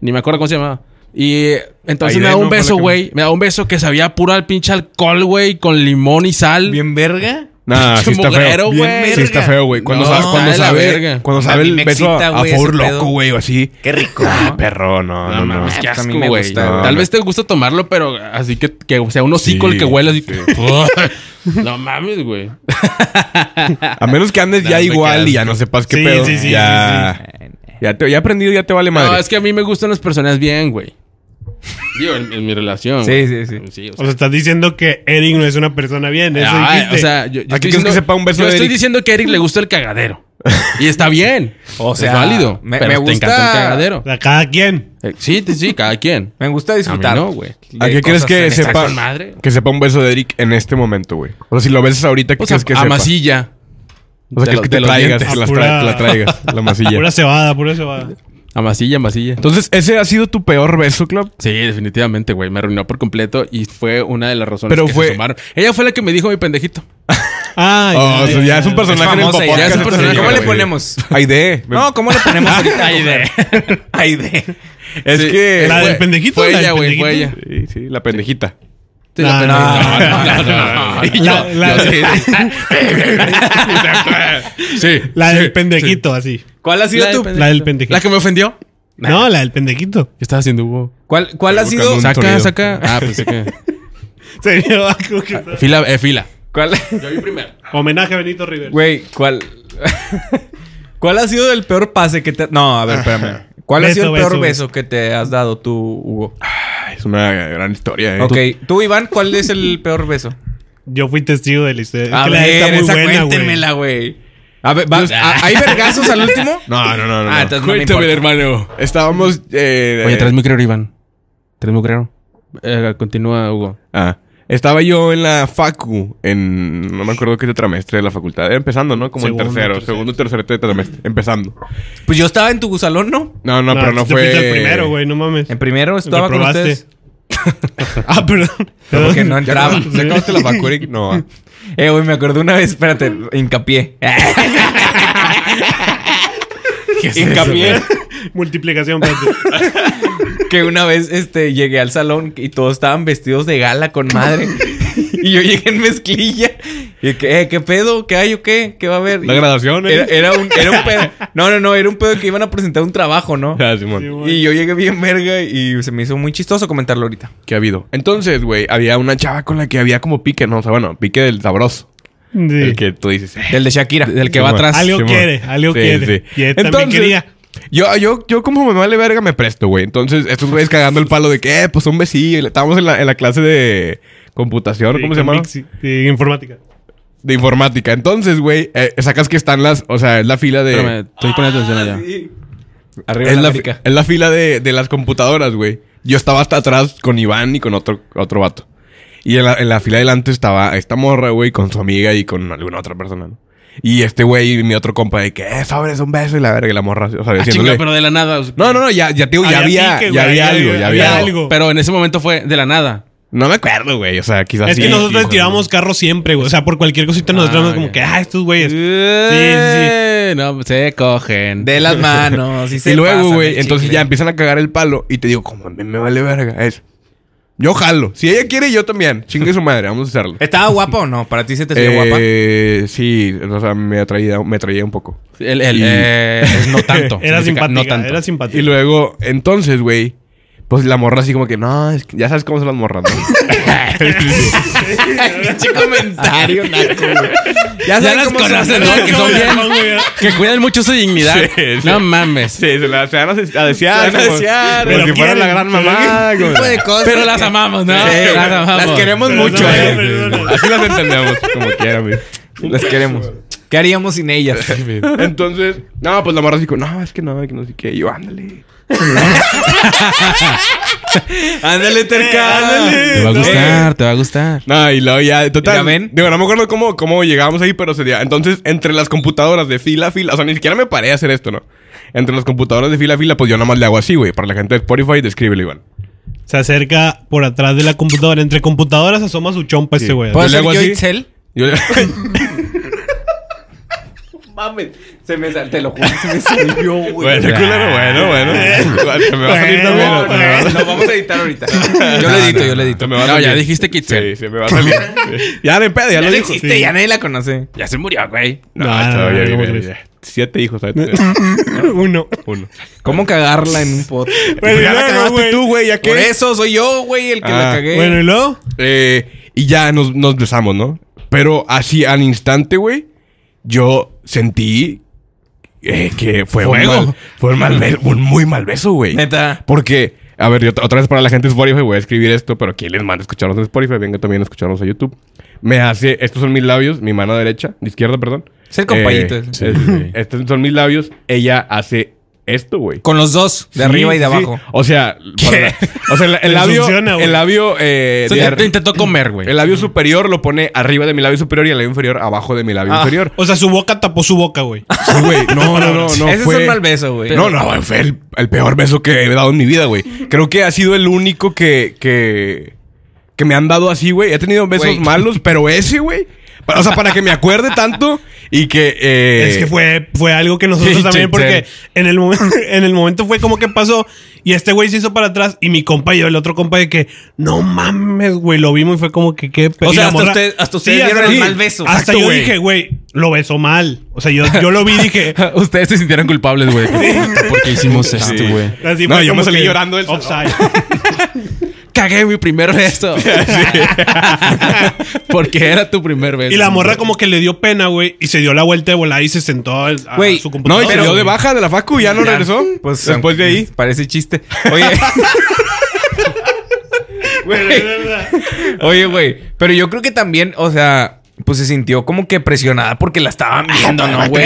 Speaker 1: Ni me acuerdo cómo se llamaba. Y eh, entonces
Speaker 4: Ahí
Speaker 1: me
Speaker 4: de
Speaker 1: da un
Speaker 4: no, fue la
Speaker 1: beso,
Speaker 4: que-
Speaker 1: güey. Me da un beso que sabía puro al pinche alcohol, güey, con limón y sal.
Speaker 3: ¿Bien verga?
Speaker 4: Nah, sí está
Speaker 1: Mugrero,
Speaker 4: feo.
Speaker 1: güey.
Speaker 4: Sí está feo, güey. Cuando
Speaker 1: No,
Speaker 4: sabe, cuando
Speaker 1: está de la
Speaker 4: sabe,
Speaker 1: verga.
Speaker 4: cuando
Speaker 3: A
Speaker 4: sabe
Speaker 3: mí
Speaker 4: el
Speaker 3: me
Speaker 4: beso
Speaker 3: excita,
Speaker 4: a, a
Speaker 3: güey,
Speaker 4: favor
Speaker 3: ese pedo.
Speaker 4: loco, güey, o así. Ah,
Speaker 3: Qué rico, ¿no?
Speaker 4: Perro, no, no, no.
Speaker 1: mames, qué
Speaker 3: Pues a mí
Speaker 1: asco,
Speaker 3: me
Speaker 1: güey.
Speaker 3: gusta,
Speaker 1: Tal
Speaker 4: güey.
Speaker 1: vez te gusta tomarlo, pero así que, que sea un hocico
Speaker 4: Sí,
Speaker 1: el que huele. Así. no mames, güey.
Speaker 4: A menos que andes ya
Speaker 1: me
Speaker 4: igual
Speaker 1: quedas-
Speaker 4: y ya no sepas qué
Speaker 2: Sí,
Speaker 4: pedo.
Speaker 2: sí, sí,
Speaker 4: ya, ya, te, ya aprendido, ya te vale madre.
Speaker 1: No, es que a mí me gustan las personas bien, güey. Digo, en, en mi relación.
Speaker 3: Sí,
Speaker 1: güey.
Speaker 3: sí, sí.
Speaker 1: o sea,
Speaker 2: O sea, estás diciendo que Eric no es una persona bien. Eso
Speaker 1: Ah,
Speaker 2: dijiste.
Speaker 1: o sea, yo, yo
Speaker 4: ¿A qué crees que sepa un beso
Speaker 1: yo
Speaker 4: de
Speaker 1: estoy
Speaker 4: Eric?
Speaker 1: diciendo que a Eric le gusta el cagadero. Y está bien.
Speaker 3: O sea,
Speaker 1: es válido.
Speaker 3: me-
Speaker 1: pero
Speaker 3: me
Speaker 1: te
Speaker 3: gusta-
Speaker 1: encanta el cagadero.
Speaker 2: O sea, cada quien.
Speaker 1: Eh, Sí, te- sí, cada quien.
Speaker 3: Me gusta
Speaker 1: A mí
Speaker 3: disfrutar.
Speaker 1: no, güey.
Speaker 4: ¿A qué
Speaker 3: de
Speaker 4: crees
Speaker 3: cosas
Speaker 4: que
Speaker 3: en esta-
Speaker 4: sepa,
Speaker 1: con madre.
Speaker 4: que sepa un beso de Eric en este momento, güey? O sea, si lo besas ahorita, ¿qué
Speaker 1: Pues a,
Speaker 4: crees que
Speaker 1: a
Speaker 4: sepa?
Speaker 1: masilla.
Speaker 4: O sea,
Speaker 1: De
Speaker 4: que,
Speaker 1: los-
Speaker 4: que
Speaker 1: de
Speaker 4: te
Speaker 1: los
Speaker 4: traigas,
Speaker 1: dientes.
Speaker 4: te las
Speaker 2: A
Speaker 4: tra-
Speaker 2: pura-
Speaker 4: te la traigas, la masilla.
Speaker 2: Pura cebada, pura cebada.
Speaker 1: A masilla, a masilla.
Speaker 4: Entonces, ¿ese ha sido tu peor beso, Club?
Speaker 1: Sí, definitivamente, güey. Me arruinó por completo y fue una de las razones
Speaker 4: Pero
Speaker 1: que
Speaker 4: fue-
Speaker 1: se sumaron. Ella fue la que me dijo mi pendejito.
Speaker 2: Ay,
Speaker 4: Oh,
Speaker 2: ay,
Speaker 4: eso ya
Speaker 2: ay,
Speaker 4: es un
Speaker 2: ay.
Speaker 4: personaje en el
Speaker 3: famosa, ya
Speaker 4: podcast,
Speaker 3: es un
Speaker 4: eso
Speaker 3: personaje.
Speaker 4: sí,
Speaker 3: ¿Cómo le
Speaker 4: güey.
Speaker 3: ponemos?
Speaker 4: Aide.
Speaker 3: No, ¿cómo le ponemos ahorita?
Speaker 1: Aide.
Speaker 3: Aide.
Speaker 4: Es
Speaker 1: Sí.
Speaker 4: que...
Speaker 2: La del
Speaker 1: Fue-
Speaker 2: pendejito.
Speaker 1: fue
Speaker 2: la del
Speaker 1: ella, güey, fue
Speaker 2: pendejito.
Speaker 1: ella.
Speaker 4: Sí, sí, la pendejita.
Speaker 1: Sí, la
Speaker 2: No,
Speaker 1: pendeja.
Speaker 3: no, no,
Speaker 1: No, no,
Speaker 2: no.
Speaker 1: no.
Speaker 2: La-
Speaker 1: Yo-
Speaker 2: la-
Speaker 1: yo sí. Sí.
Speaker 2: La
Speaker 1: sí,
Speaker 2: del pendejito, así.
Speaker 3: ¿Cuál ha sido
Speaker 1: La del
Speaker 3: tu
Speaker 1: pendejo.
Speaker 2: La del
Speaker 1: sí. ¿La
Speaker 2: pendejito.
Speaker 1: que me ofendió?
Speaker 2: No, la del pendejito.
Speaker 1: ¿Qué estás haciendo, Hugo?
Speaker 3: ¿Cuál, cuál ha
Speaker 4: Estoy
Speaker 3: sido?
Speaker 4: Un buscando
Speaker 1: Saca,
Speaker 4: sonido.
Speaker 1: saca. Ah, pensé que.
Speaker 2: Se vio algo ah, que-
Speaker 1: Fila, eh, fila.
Speaker 3: ¿Cuál?
Speaker 1: Yo vi primero.
Speaker 2: Homenaje a Benito Rivera.
Speaker 3: Güey, ¿cuál? ¿Cuál ha sido el peor pase que te No, a ver, espérame. ¿Cuál ha
Speaker 2: Beso,
Speaker 3: sido el peor
Speaker 2: beso,
Speaker 3: beso que te has dado tú, Hugo?
Speaker 4: Ay, Es una gran historia, ¿eh?
Speaker 3: Ok, tú, Iván, ¿cuál es el peor beso?
Speaker 2: Yo fui testigo de la historia. Es
Speaker 3: A
Speaker 2: que
Speaker 3: ver,
Speaker 2: la
Speaker 3: esa
Speaker 2: neta
Speaker 3: cuéntemela, güey. A ver, va- a- ¿hay vergazos al último?
Speaker 4: No, no, no, no.
Speaker 3: Ah,
Speaker 4: no.
Speaker 3: entonces no me
Speaker 1: Cuéntame,
Speaker 3: importa.
Speaker 1: hermano.
Speaker 4: Estábamos... eh,
Speaker 1: Oye, traes micrero, Iván. Traes micrero. Eh, continúa, Hugo.
Speaker 4: Ah. Estaba yo en la facu, en... No me acuerdo qué trimestre de la facultad. Era empezando, ¿no? Como
Speaker 2: Segundo,
Speaker 4: en tercero,
Speaker 2: tercero.
Speaker 4: segundo, tercero trimestre. Empezando.
Speaker 3: Pues yo estaba en tu salón, ¿no?
Speaker 4: No, no, pero no fue...
Speaker 2: el primero, güey, no mames.
Speaker 3: En primero estaba con
Speaker 2: Reprobaste.
Speaker 3: ustedes.
Speaker 2: ah, perdón. pues,
Speaker 3: Porque no
Speaker 4: ¿Ya
Speaker 3: entraba.
Speaker 4: acabaste- ya acabaste la facu, Eric? No. ah.
Speaker 3: Eh, güey, me acordé una vez, espérate, hincapié. hincapié
Speaker 2: Multiplicación, espérate.
Speaker 3: que una vez este, llegué al salón y todos estaban vestidos de gala con madre. y yo llegué en mezclilla. Y que, eh, ¿qué pedo? ¿Qué hay o qué? ¿Qué va a haber?
Speaker 4: La
Speaker 3: Y-
Speaker 4: graduación, ¿eh?
Speaker 3: Era,
Speaker 4: Eric.
Speaker 3: era un, era un pedo. No, no, no, era un pedo que iban a presentar un trabajo, ¿no?
Speaker 4: Ah, Simón.
Speaker 2: Sí, güey.
Speaker 3: Y yo llegué bien verga y se me hizo muy chistoso comentarlo ahorita.
Speaker 4: ¿Qué ha habido? Entonces, güey, había una chava con la que había como pique, ¿no? O sea, bueno, pique del sabroso.
Speaker 2: Sí.
Speaker 4: El que tú dices. eh,
Speaker 3: Del de Shakira. Del
Speaker 1: que va
Speaker 4: Simón.
Speaker 1: atrás.
Speaker 2: Algo
Speaker 4: Simón.
Speaker 2: quiere, algo
Speaker 4: Sí,
Speaker 2: quiere.
Speaker 4: sí.
Speaker 2: Y él también
Speaker 4: Entonces,
Speaker 2: quería.
Speaker 4: Yo, yo, yo como me vale verga me presto, güey. Entonces, estos güeyes cagando el palo de que, eh, pues un besillo. Y le- Estábamos en la, en la clase de computación,
Speaker 2: Sí,
Speaker 4: ¿cómo
Speaker 2: con
Speaker 4: se llama?
Speaker 2: Mixi, sí, informática.
Speaker 4: De informática. Entonces, güey, eh, sacas que están las, o sea, es la fila de...
Speaker 1: Espérame, estoy poniendo
Speaker 3: Ah,
Speaker 1: atención allá.
Speaker 3: Arriba
Speaker 4: Es
Speaker 3: la
Speaker 4: la, fi-
Speaker 3: América.
Speaker 4: es la fila de, de las computadoras, güey. Yo estaba hasta atrás con Iván y con otro, otro vato. Y en la, en la fila delante estaba esta morra, güey, con su amiga y con alguna otra persona, ¿no? Y este güey y mi otro compa de que, eh, sobres, un beso y la verga, y la morra, o sea,
Speaker 1: Ah,
Speaker 4: diciéndole-
Speaker 1: chinga, pero de la nada.
Speaker 4: No, no, no, ya, ya, te digo, ya había,
Speaker 2: pique,
Speaker 4: ya
Speaker 2: güey,
Speaker 4: había algo, ya había algo.
Speaker 2: algo.
Speaker 1: Pero en ese momento fue de la nada.
Speaker 4: No me acuerdo, güey, o sea, quizás
Speaker 2: es que
Speaker 4: sí,
Speaker 2: nosotros
Speaker 4: quizás
Speaker 2: tiramos carro siempre, güey. O sea, por cualquier cosita nos
Speaker 1: Ah,
Speaker 2: tiramos como
Speaker 1: ya.
Speaker 2: que, ah, estos güeyes.
Speaker 1: Eh, No, se cogen.
Speaker 3: De las manos. Y,
Speaker 4: no. Y luego, güey, entonces ya empiezan a cagar el palo y te digo, como me, me vale verga, es. Yo jalo. Si ella quiere, yo también. Chingue su madre, vamos a hacerlo.
Speaker 3: ¿Estaba guapa o no? ¿Para ti se te hacía guapa?
Speaker 4: Eh, sí, o sea, me atraía, me atraía un poco.
Speaker 1: El, el,
Speaker 4: Y-
Speaker 1: eh, es no tanto.
Speaker 2: Era
Speaker 1: Significa
Speaker 2: simpática,
Speaker 1: No tanto.
Speaker 2: era simpática.
Speaker 4: Y luego, entonces, güey, pues la morra así como que, no, es que ya sabes cómo son las morras, ¿no?
Speaker 3: Pinche comentario, naco, güey.
Speaker 1: Ya,
Speaker 3: saben
Speaker 1: las
Speaker 3: cómo son,
Speaker 1: conocen,
Speaker 3: ¿no?
Speaker 1: ¿no? Que son bien.
Speaker 2: No, güey,
Speaker 1: Que cuidan mucho su dignidad.
Speaker 4: Sí, sí.
Speaker 1: No mames.
Speaker 4: sí, se, la, se van a des- a
Speaker 3: Se
Speaker 4: desear.
Speaker 3: van a
Speaker 4: como-
Speaker 3: desear,
Speaker 4: Como
Speaker 2: pero
Speaker 4: si fuera la
Speaker 2: quieren,
Speaker 4: gran
Speaker 2: pero
Speaker 4: mamá. como-
Speaker 3: Tipo de cosas
Speaker 1: Pero las
Speaker 3: que-
Speaker 1: amamos, ¿no?
Speaker 3: Sí,
Speaker 1: las amamos.
Speaker 3: las queremos
Speaker 2: Pero
Speaker 3: mucho,
Speaker 2: no,
Speaker 3: eh.
Speaker 2: pero- perdóname.
Speaker 4: Así las entendemos, como quiera, güey.
Speaker 3: Las queremos. ¿Qué haríamos sin ellas?
Speaker 4: Entonces, no, pues la morra así como, no, es que no, que no sé qué. Y yo, ándale.
Speaker 3: ándale, terca.
Speaker 1: Te va a
Speaker 2: No.
Speaker 1: gustar, te va a gustar.
Speaker 4: No, y luego ya, total.
Speaker 3: ¿Ya ven?
Speaker 4: Digo, no me acuerdo cómo, cómo llegamos ahí, pero sería. Entonces, entre las computadoras de fila a fila, o sea, ni siquiera me paré a hacer esto, ¿no? Entre las computadoras de fila a fila, pues yo nada más le hago así, güey. Para la gente de Spotify, descríbelo, Iván.
Speaker 2: Se acerca por atrás de la computadora. Entre computadoras asoma su chompa este güey.
Speaker 3: ¿Puedo
Speaker 4: Yo le
Speaker 3: hacer
Speaker 4: hago
Speaker 3: yo
Speaker 4: así.
Speaker 3: Itzel?
Speaker 4: Yo le-
Speaker 3: Mames, se me salté, lo juro, se me salió, güey.
Speaker 4: bueno, culero, bueno, bueno. Se me va a salir también.
Speaker 2: Bueno,
Speaker 4: se me va a
Speaker 3: No,
Speaker 4: salir.
Speaker 3: lo vamos a editar ahorita. Yo lo edito, yo lo edito.
Speaker 4: Se me va a
Speaker 1: No,
Speaker 4: salir.
Speaker 1: ya dijiste que Itzel.
Speaker 4: Sí, se me va a salir. Sí. ya no hay pedo, ya lo
Speaker 3: Ya
Speaker 4: dijo.
Speaker 3: existe, ya nadie la conoce.
Speaker 1: Ya se murió, güey.
Speaker 4: No,
Speaker 2: No, no,
Speaker 4: todavía
Speaker 2: no, no,
Speaker 4: vive,
Speaker 2: no,
Speaker 4: ya. Siete hijos, ¿sabes?
Speaker 2: Uno.
Speaker 4: Uno.
Speaker 3: ¿Cómo cagarla en un pot?
Speaker 2: Pero
Speaker 4: ya
Speaker 2: luego,
Speaker 4: la cagaste
Speaker 2: güey.
Speaker 4: tú, güey, ya
Speaker 3: Por
Speaker 4: que.
Speaker 3: eso soy yo, güey, el que la
Speaker 4: Ah,
Speaker 3: cagué.
Speaker 2: Bueno, y luego.
Speaker 4: Eh, y ya nos, nos besamos, ¿no? Pero así al instante, güey, yo sentí eh, que fue un,
Speaker 1: ¿Fuego?
Speaker 4: mal, fue un, mal be- un muy mal beso, güey.
Speaker 3: Neta.
Speaker 4: Porque, a ver, yo t- otra vez para la gente de Spotify voy a escribir esto, pero ¿quién les manda a escucharnos en Spotify? Venga también a escucharnos a YouTube. Me hace, estos son mis labios, mi mano derecha, izquierda, perdón. Eh,
Speaker 3: Es el compayito, es.
Speaker 4: sí, sí. Estos son mis labios, ella hace esto, güey.
Speaker 3: Con los dos, de arriba y de
Speaker 4: Sí,
Speaker 3: abajo.
Speaker 4: sí. O sea, para la- o sea, el, el
Speaker 2: Te
Speaker 4: labio,
Speaker 2: succiona, güey.
Speaker 4: el labio, eh,
Speaker 1: Entonces,
Speaker 4: de
Speaker 1: te- te
Speaker 4: arri-
Speaker 1: intentó comer, güey.
Speaker 4: el labio superior lo pone arriba de mi labio superior y el labio inferior abajo de mi labio inferior.
Speaker 2: O sea, su boca tapó su boca, güey.
Speaker 4: Sí, güey. No, no, no, no.
Speaker 3: Ese
Speaker 4: fue-
Speaker 3: es un mal beso, güey.
Speaker 4: No, no, güey, fue el, el peor beso que he dado en mi vida, güey. Creo que ha sido el único que, que, que me han dado así, güey. He tenido besos
Speaker 3: Güey.
Speaker 4: malos, pero ese, güey. O sea, para que me acuerde tanto y que... eh,
Speaker 2: Es que fue, fue algo que nosotros
Speaker 4: Sí,
Speaker 2: también,
Speaker 4: sí,
Speaker 2: porque
Speaker 4: sí.
Speaker 2: en el, momen- en el momento fue como que pasó y este güey se hizo para atrás y mi compa y yo, el otro compa de que, no mames, güey, lo vimos y fue como que qué pe-".
Speaker 5: O
Speaker 2: Y
Speaker 5: sea,
Speaker 2: la
Speaker 5: hasta
Speaker 2: morra-
Speaker 5: usted- hasta ustedes
Speaker 2: hasta-
Speaker 5: dieron el
Speaker 2: sí,
Speaker 5: mal beso.
Speaker 2: Hasta
Speaker 5: Exacto,
Speaker 2: yo
Speaker 5: güey.
Speaker 2: dije, güey, lo besó mal. O sea, yo, yo lo vi y dije...
Speaker 1: Ustedes se sintieron culpables, güey. ¿Por qué hicimos esto, güey?
Speaker 2: así
Speaker 4: No,
Speaker 2: fue
Speaker 4: yo
Speaker 2: como
Speaker 4: me salí
Speaker 2: que,
Speaker 4: llorando del salón.
Speaker 2: offside.
Speaker 1: Cagué mi primer beso. Porque era tu primer beso.
Speaker 2: Y la morra como que le dio pena, güey, y se dio la vuelta de volada y se sentó a, a
Speaker 3: Güey,
Speaker 2: su
Speaker 4: No, y
Speaker 2: computadora.
Speaker 4: se dio
Speaker 2: güey.
Speaker 4: de baja de la facu y ya no
Speaker 3: Ya,
Speaker 4: regresó.
Speaker 3: Pues
Speaker 4: después de ahí.
Speaker 3: Parece chiste. Oye. Güey. Oye, güey. Pero yo creo que también, o sea, pues se sintió como que presionada porque la estaban viendo, ¿no, güey?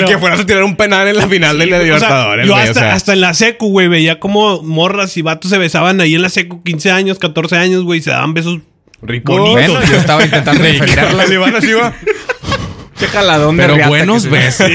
Speaker 4: y que fueras a tirar un penal en la final de la
Speaker 2: O sea,
Speaker 4: Libertadores.
Speaker 2: yo
Speaker 4: güey, o
Speaker 2: hasta,
Speaker 4: sea.
Speaker 2: hasta en la secu, güey, veía como morras y vatos se besaban ahí en la secu, 15 años, 14 años, güey, y se daban besos
Speaker 4: Rico.
Speaker 2: bonitos.
Speaker 3: Bueno, yo estaba intentando defenderla.
Speaker 4: Le van así, va.
Speaker 3: Qué jaladón de
Speaker 1: Pero
Speaker 3: riata que
Speaker 1: buenos
Speaker 3: se-
Speaker 1: besos.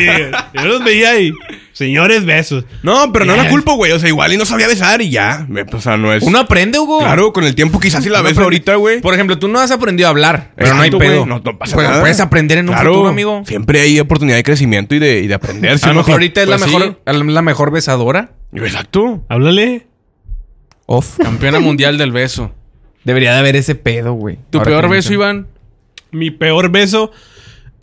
Speaker 2: Pues Sí, yo los veía y señores besos.
Speaker 4: No, pero no la culpo, güey. O sea, igual y no sabía besar y ya. Me- O sea, no es.
Speaker 3: Uno aprende, Hugo.
Speaker 4: Claro, con el tiempo quizás si la
Speaker 3: Uno
Speaker 4: ves
Speaker 3: aprende.
Speaker 4: ahorita, güey.
Speaker 3: Por ejemplo, tú no has aprendido a hablar, pero no hay
Speaker 4: Exacto, güey.
Speaker 3: pedo.
Speaker 4: No, no pasa
Speaker 3: Pero
Speaker 4: nada.
Speaker 3: Puedes aprender en un
Speaker 4: Claro,
Speaker 3: futuro, amigo.
Speaker 4: Siempre hay oportunidad de crecimiento y de, y de aprender. ¿sí
Speaker 3: a lo
Speaker 4: o Ah, no?
Speaker 3: mejor ahorita es
Speaker 1: Pues
Speaker 3: la
Speaker 1: sí.
Speaker 3: mejor, la mejor besadora.
Speaker 4: Exacto.
Speaker 2: Háblale.
Speaker 3: Off.
Speaker 1: Campeona mundial del beso.
Speaker 3: Debería de haber ese pedo, güey.
Speaker 1: ¿Tu
Speaker 3: Ahora
Speaker 1: peor
Speaker 3: que
Speaker 1: beso,
Speaker 3: mencionas.
Speaker 1: Iván?
Speaker 2: Mi peor beso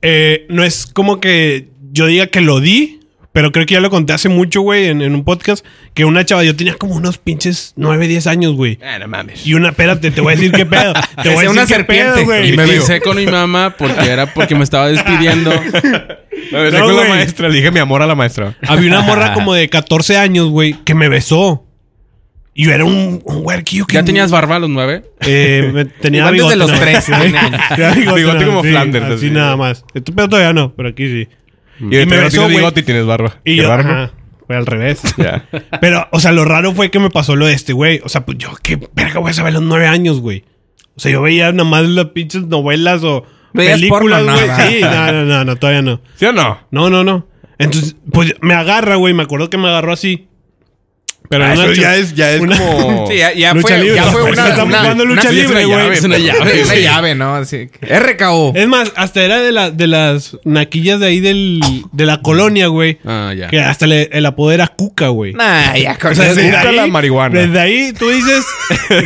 Speaker 2: eh, no es como que yo diga que lo di, pero creo que ya lo conté hace mucho, güey, en, en un podcast, que una chava, yo tenía como unos pinches 9, 10 años, güey.
Speaker 4: Ah, no mames.
Speaker 2: Y una, espérate, te voy a decir qué pedo. Te voy
Speaker 3: Sea
Speaker 2: a decir
Speaker 3: una
Speaker 2: qué
Speaker 3: serpiente.
Speaker 2: pedo, güey.
Speaker 1: Y me
Speaker 2: Tío.
Speaker 1: besé con mi mamá porque era porque me estaba despidiendo.
Speaker 4: Me besé
Speaker 2: No,
Speaker 4: con
Speaker 2: güey.
Speaker 4: la maestra. Le dije mi amor a la maestra.
Speaker 2: Había una morra como de 14 años, güey, que me besó. Y yo era un, un huerquillo que...
Speaker 1: ¿Ya tenías barba a los nueve?
Speaker 2: Eh, me- tenía
Speaker 3: Igual
Speaker 2: bigote.
Speaker 3: desde los
Speaker 2: nada más.
Speaker 3: tres, tiene años.
Speaker 2: Tenía bigote,
Speaker 4: Bigote
Speaker 2: nada más,
Speaker 4: como
Speaker 2: sí,
Speaker 4: Flanders,
Speaker 2: Así
Speaker 4: así.
Speaker 2: nada más. Este pedo todavía no, pero aquí sí.
Speaker 4: Y,
Speaker 2: Mm. me
Speaker 4: me
Speaker 2: besó,
Speaker 4: tienes
Speaker 2: güey.
Speaker 4: bigote y tienes barba.
Speaker 2: Y
Speaker 4: Qué
Speaker 2: yo,
Speaker 4: raro, ¿no?
Speaker 2: ajá, fue al revés.
Speaker 4: Ya.
Speaker 2: Pero, o sea, lo raro fue que me pasó lo de este, güey. O sea, pues yo, qué verga voy a saber a los nueve años, güey. O sea, yo veía nada más las pinches novelas o
Speaker 3: Veías
Speaker 2: películas,
Speaker 3: porno,
Speaker 2: güey.
Speaker 3: no,
Speaker 2: sí, no, no, no, no, todavía no.
Speaker 4: ¿Sí o no?
Speaker 2: No, no, no. Entonces, pues me agarra, güey. Me acuerdo que me agarró así. Pero
Speaker 4: Ah,
Speaker 2: una
Speaker 4: eso
Speaker 2: chu-
Speaker 4: ya es, ya es
Speaker 2: una-
Speaker 4: como.
Speaker 3: Sí, ya, ya
Speaker 2: Lucha
Speaker 3: fue,
Speaker 2: libre.
Speaker 3: ya fue una,
Speaker 2: Estamos
Speaker 3: una-
Speaker 2: jugando lucha
Speaker 3: una-
Speaker 2: libre,
Speaker 3: es una
Speaker 2: güey.
Speaker 3: llave, Es una llave, es una llave, ¿no? Así que- RKO.
Speaker 2: Es más, hasta era de, la, de las naquillas de ahí del, de la colonia, güey.
Speaker 1: Ah, ya.
Speaker 2: Que hasta le- el apodo era Cuca, güey.
Speaker 3: Nah, ya con
Speaker 2: O sea,
Speaker 3: eso.
Speaker 2: desde
Speaker 4: Cuca
Speaker 2: ahí-
Speaker 4: la marihuana.
Speaker 2: Desde ahí tú dices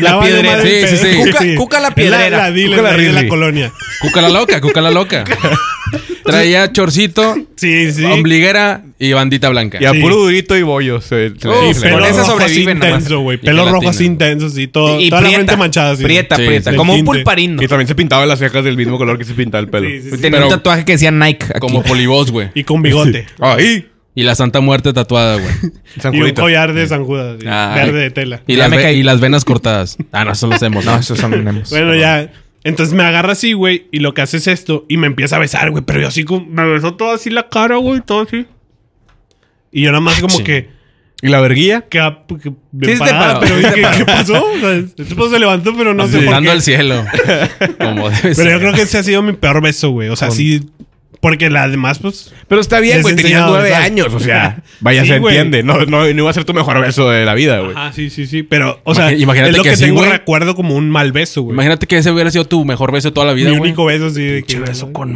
Speaker 2: la vale
Speaker 3: piedrera.
Speaker 2: madre el
Speaker 1: Sí, sí,
Speaker 2: pedo.
Speaker 1: sí.
Speaker 3: Cuca- Cuca la
Speaker 2: Es
Speaker 3: piedrera.
Speaker 2: La, dealer
Speaker 4: Cuca la
Speaker 2: de ahí de la
Speaker 4: Ridley.
Speaker 2: colonia.
Speaker 1: Cuca la loca, cuca la loca. Traía chorcito,
Speaker 2: Sí, sí.
Speaker 1: ombliguera y bandita blanca.
Speaker 4: Y a
Speaker 2: Sí.
Speaker 4: puro durito y bollo. se- se-
Speaker 3: Uf,
Speaker 4: se-
Speaker 2: Pelo
Speaker 3: con esa
Speaker 2: rojo
Speaker 3: sobreviven
Speaker 2: así intenso,
Speaker 3: nomás.
Speaker 2: güey.
Speaker 1: Y
Speaker 2: Pelo rojo
Speaker 1: gelatina.
Speaker 2: así intenso, así. Todo, toda la frente manchada, así.
Speaker 3: Prieta,
Speaker 1: Sí,
Speaker 3: prieta.
Speaker 1: sí.
Speaker 3: Como un
Speaker 2: Tinte.
Speaker 3: pulparín.
Speaker 4: Y también se pintaba las cejas del mismo color que se pintaba el pelo.
Speaker 2: Sí, sí, sí.
Speaker 3: Tenía un
Speaker 1: Pero-
Speaker 3: tatuaje que decía Nike. aquí.
Speaker 1: Como polibos, güey.
Speaker 2: Y con bigote.
Speaker 4: Ahí.
Speaker 1: Y la Santa Muerte tatuada, güey.
Speaker 4: San
Speaker 2: Y un
Speaker 4: Julito.
Speaker 2: collar de San Judas, así,
Speaker 1: Ay.
Speaker 2: verde de tela.
Speaker 1: Ah, Y,
Speaker 3: Ya
Speaker 1: las,
Speaker 3: me
Speaker 1: ve-
Speaker 3: caí.
Speaker 1: y las venas cortadas. Ah, no, eso lo hacemos.
Speaker 3: No, esos son memos.
Speaker 2: Bueno, ya. Entonces me agarra así, güey, y lo que hace es esto, y me empieza a besar, güey, pero yo así como, me besó todo así la cara, güey, todo así. Y yo nada más como
Speaker 1: Ah, Sí.
Speaker 2: que,
Speaker 4: ¿Y la verguilla?
Speaker 2: que, ah, pues, que bien
Speaker 3: Sí, se paró,
Speaker 2: parada, pero
Speaker 3: sí, se
Speaker 2: ¿qué,
Speaker 3: paró.
Speaker 2: qué pasó? O sea, el tipo se levantó, pero no sé por
Speaker 1: Apuntando
Speaker 2: qué.
Speaker 1: al cielo. Como debe ser.
Speaker 2: Pero yo creo que ese ha sido mi peor beso, güey. O sea, sí, porque las demás, pues,
Speaker 4: Pero está bien,
Speaker 2: Les
Speaker 4: güey. Tenías
Speaker 2: enseñaba,
Speaker 4: nueve
Speaker 2: ¿sabes?
Speaker 4: años, o sea. Vaya,
Speaker 2: Sí,
Speaker 4: se
Speaker 2: güey.
Speaker 4: entiende. No, no, no iba a ser tu mejor beso de la vida, güey.
Speaker 2: ajá, sí, sí, sí, pero, o sea,
Speaker 1: Imagi- imagínate
Speaker 2: es lo que,
Speaker 1: que sí,
Speaker 2: tengo
Speaker 1: güey.
Speaker 2: recuerdo como un mal beso, güey.
Speaker 1: Imagínate que ese hubiera sido tu mejor beso de toda la vida,
Speaker 2: Mi
Speaker 1: güey.
Speaker 2: único beso, sí, de que,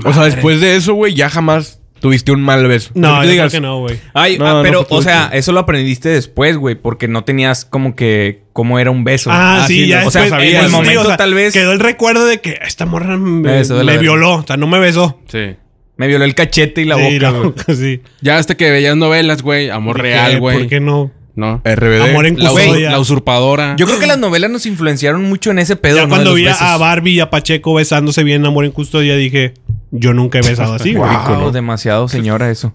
Speaker 4: O sea, después de eso, güey, ya jamás tuviste un mal beso.
Speaker 2: No,
Speaker 4: Que
Speaker 2: yo
Speaker 4: digas,
Speaker 2: creo que no, güey.
Speaker 3: Ay,
Speaker 4: No,
Speaker 3: ah,
Speaker 4: no
Speaker 3: pero,
Speaker 4: fue tu
Speaker 3: o sea, eso lo aprendiste después, güey, porque no tenías como que cómo era un beso.
Speaker 2: Ah, sí,
Speaker 4: sí,
Speaker 2: ya
Speaker 4: no,
Speaker 3: o sea,
Speaker 2: después,
Speaker 3: sabía,
Speaker 2: en
Speaker 3: el
Speaker 2: sí,
Speaker 3: momento
Speaker 2: o sea,
Speaker 3: tal vez
Speaker 2: Quedó el recuerdo de que esta morra me,
Speaker 3: Eso de la
Speaker 2: me
Speaker 3: verga.
Speaker 2: violó, o sea, no me besó.
Speaker 1: Sí.
Speaker 3: me violó el cachete y la
Speaker 2: Sí,
Speaker 3: boca.
Speaker 2: la
Speaker 3: güey.
Speaker 2: boca, sí.
Speaker 1: Ya hasta que veías novelas, güey. Amor
Speaker 2: Dije,
Speaker 1: real,
Speaker 2: ¿Por
Speaker 1: güey.
Speaker 2: qué no?
Speaker 1: No.
Speaker 4: RBD.
Speaker 2: Amor en
Speaker 1: La, usur-
Speaker 2: custodia.
Speaker 1: la usurpadora.
Speaker 3: Yo creo que las novelas nos influenciaron mucho en ese pedo.
Speaker 2: ya
Speaker 3: ¿no? de
Speaker 2: cuando
Speaker 3: los
Speaker 2: vi
Speaker 3: besos.
Speaker 2: a Barbie y a Pacheco besándose bien en Amor en Custodia, dije, yo nunca he besado así, güey.
Speaker 3: Wow, demasiado señora eso.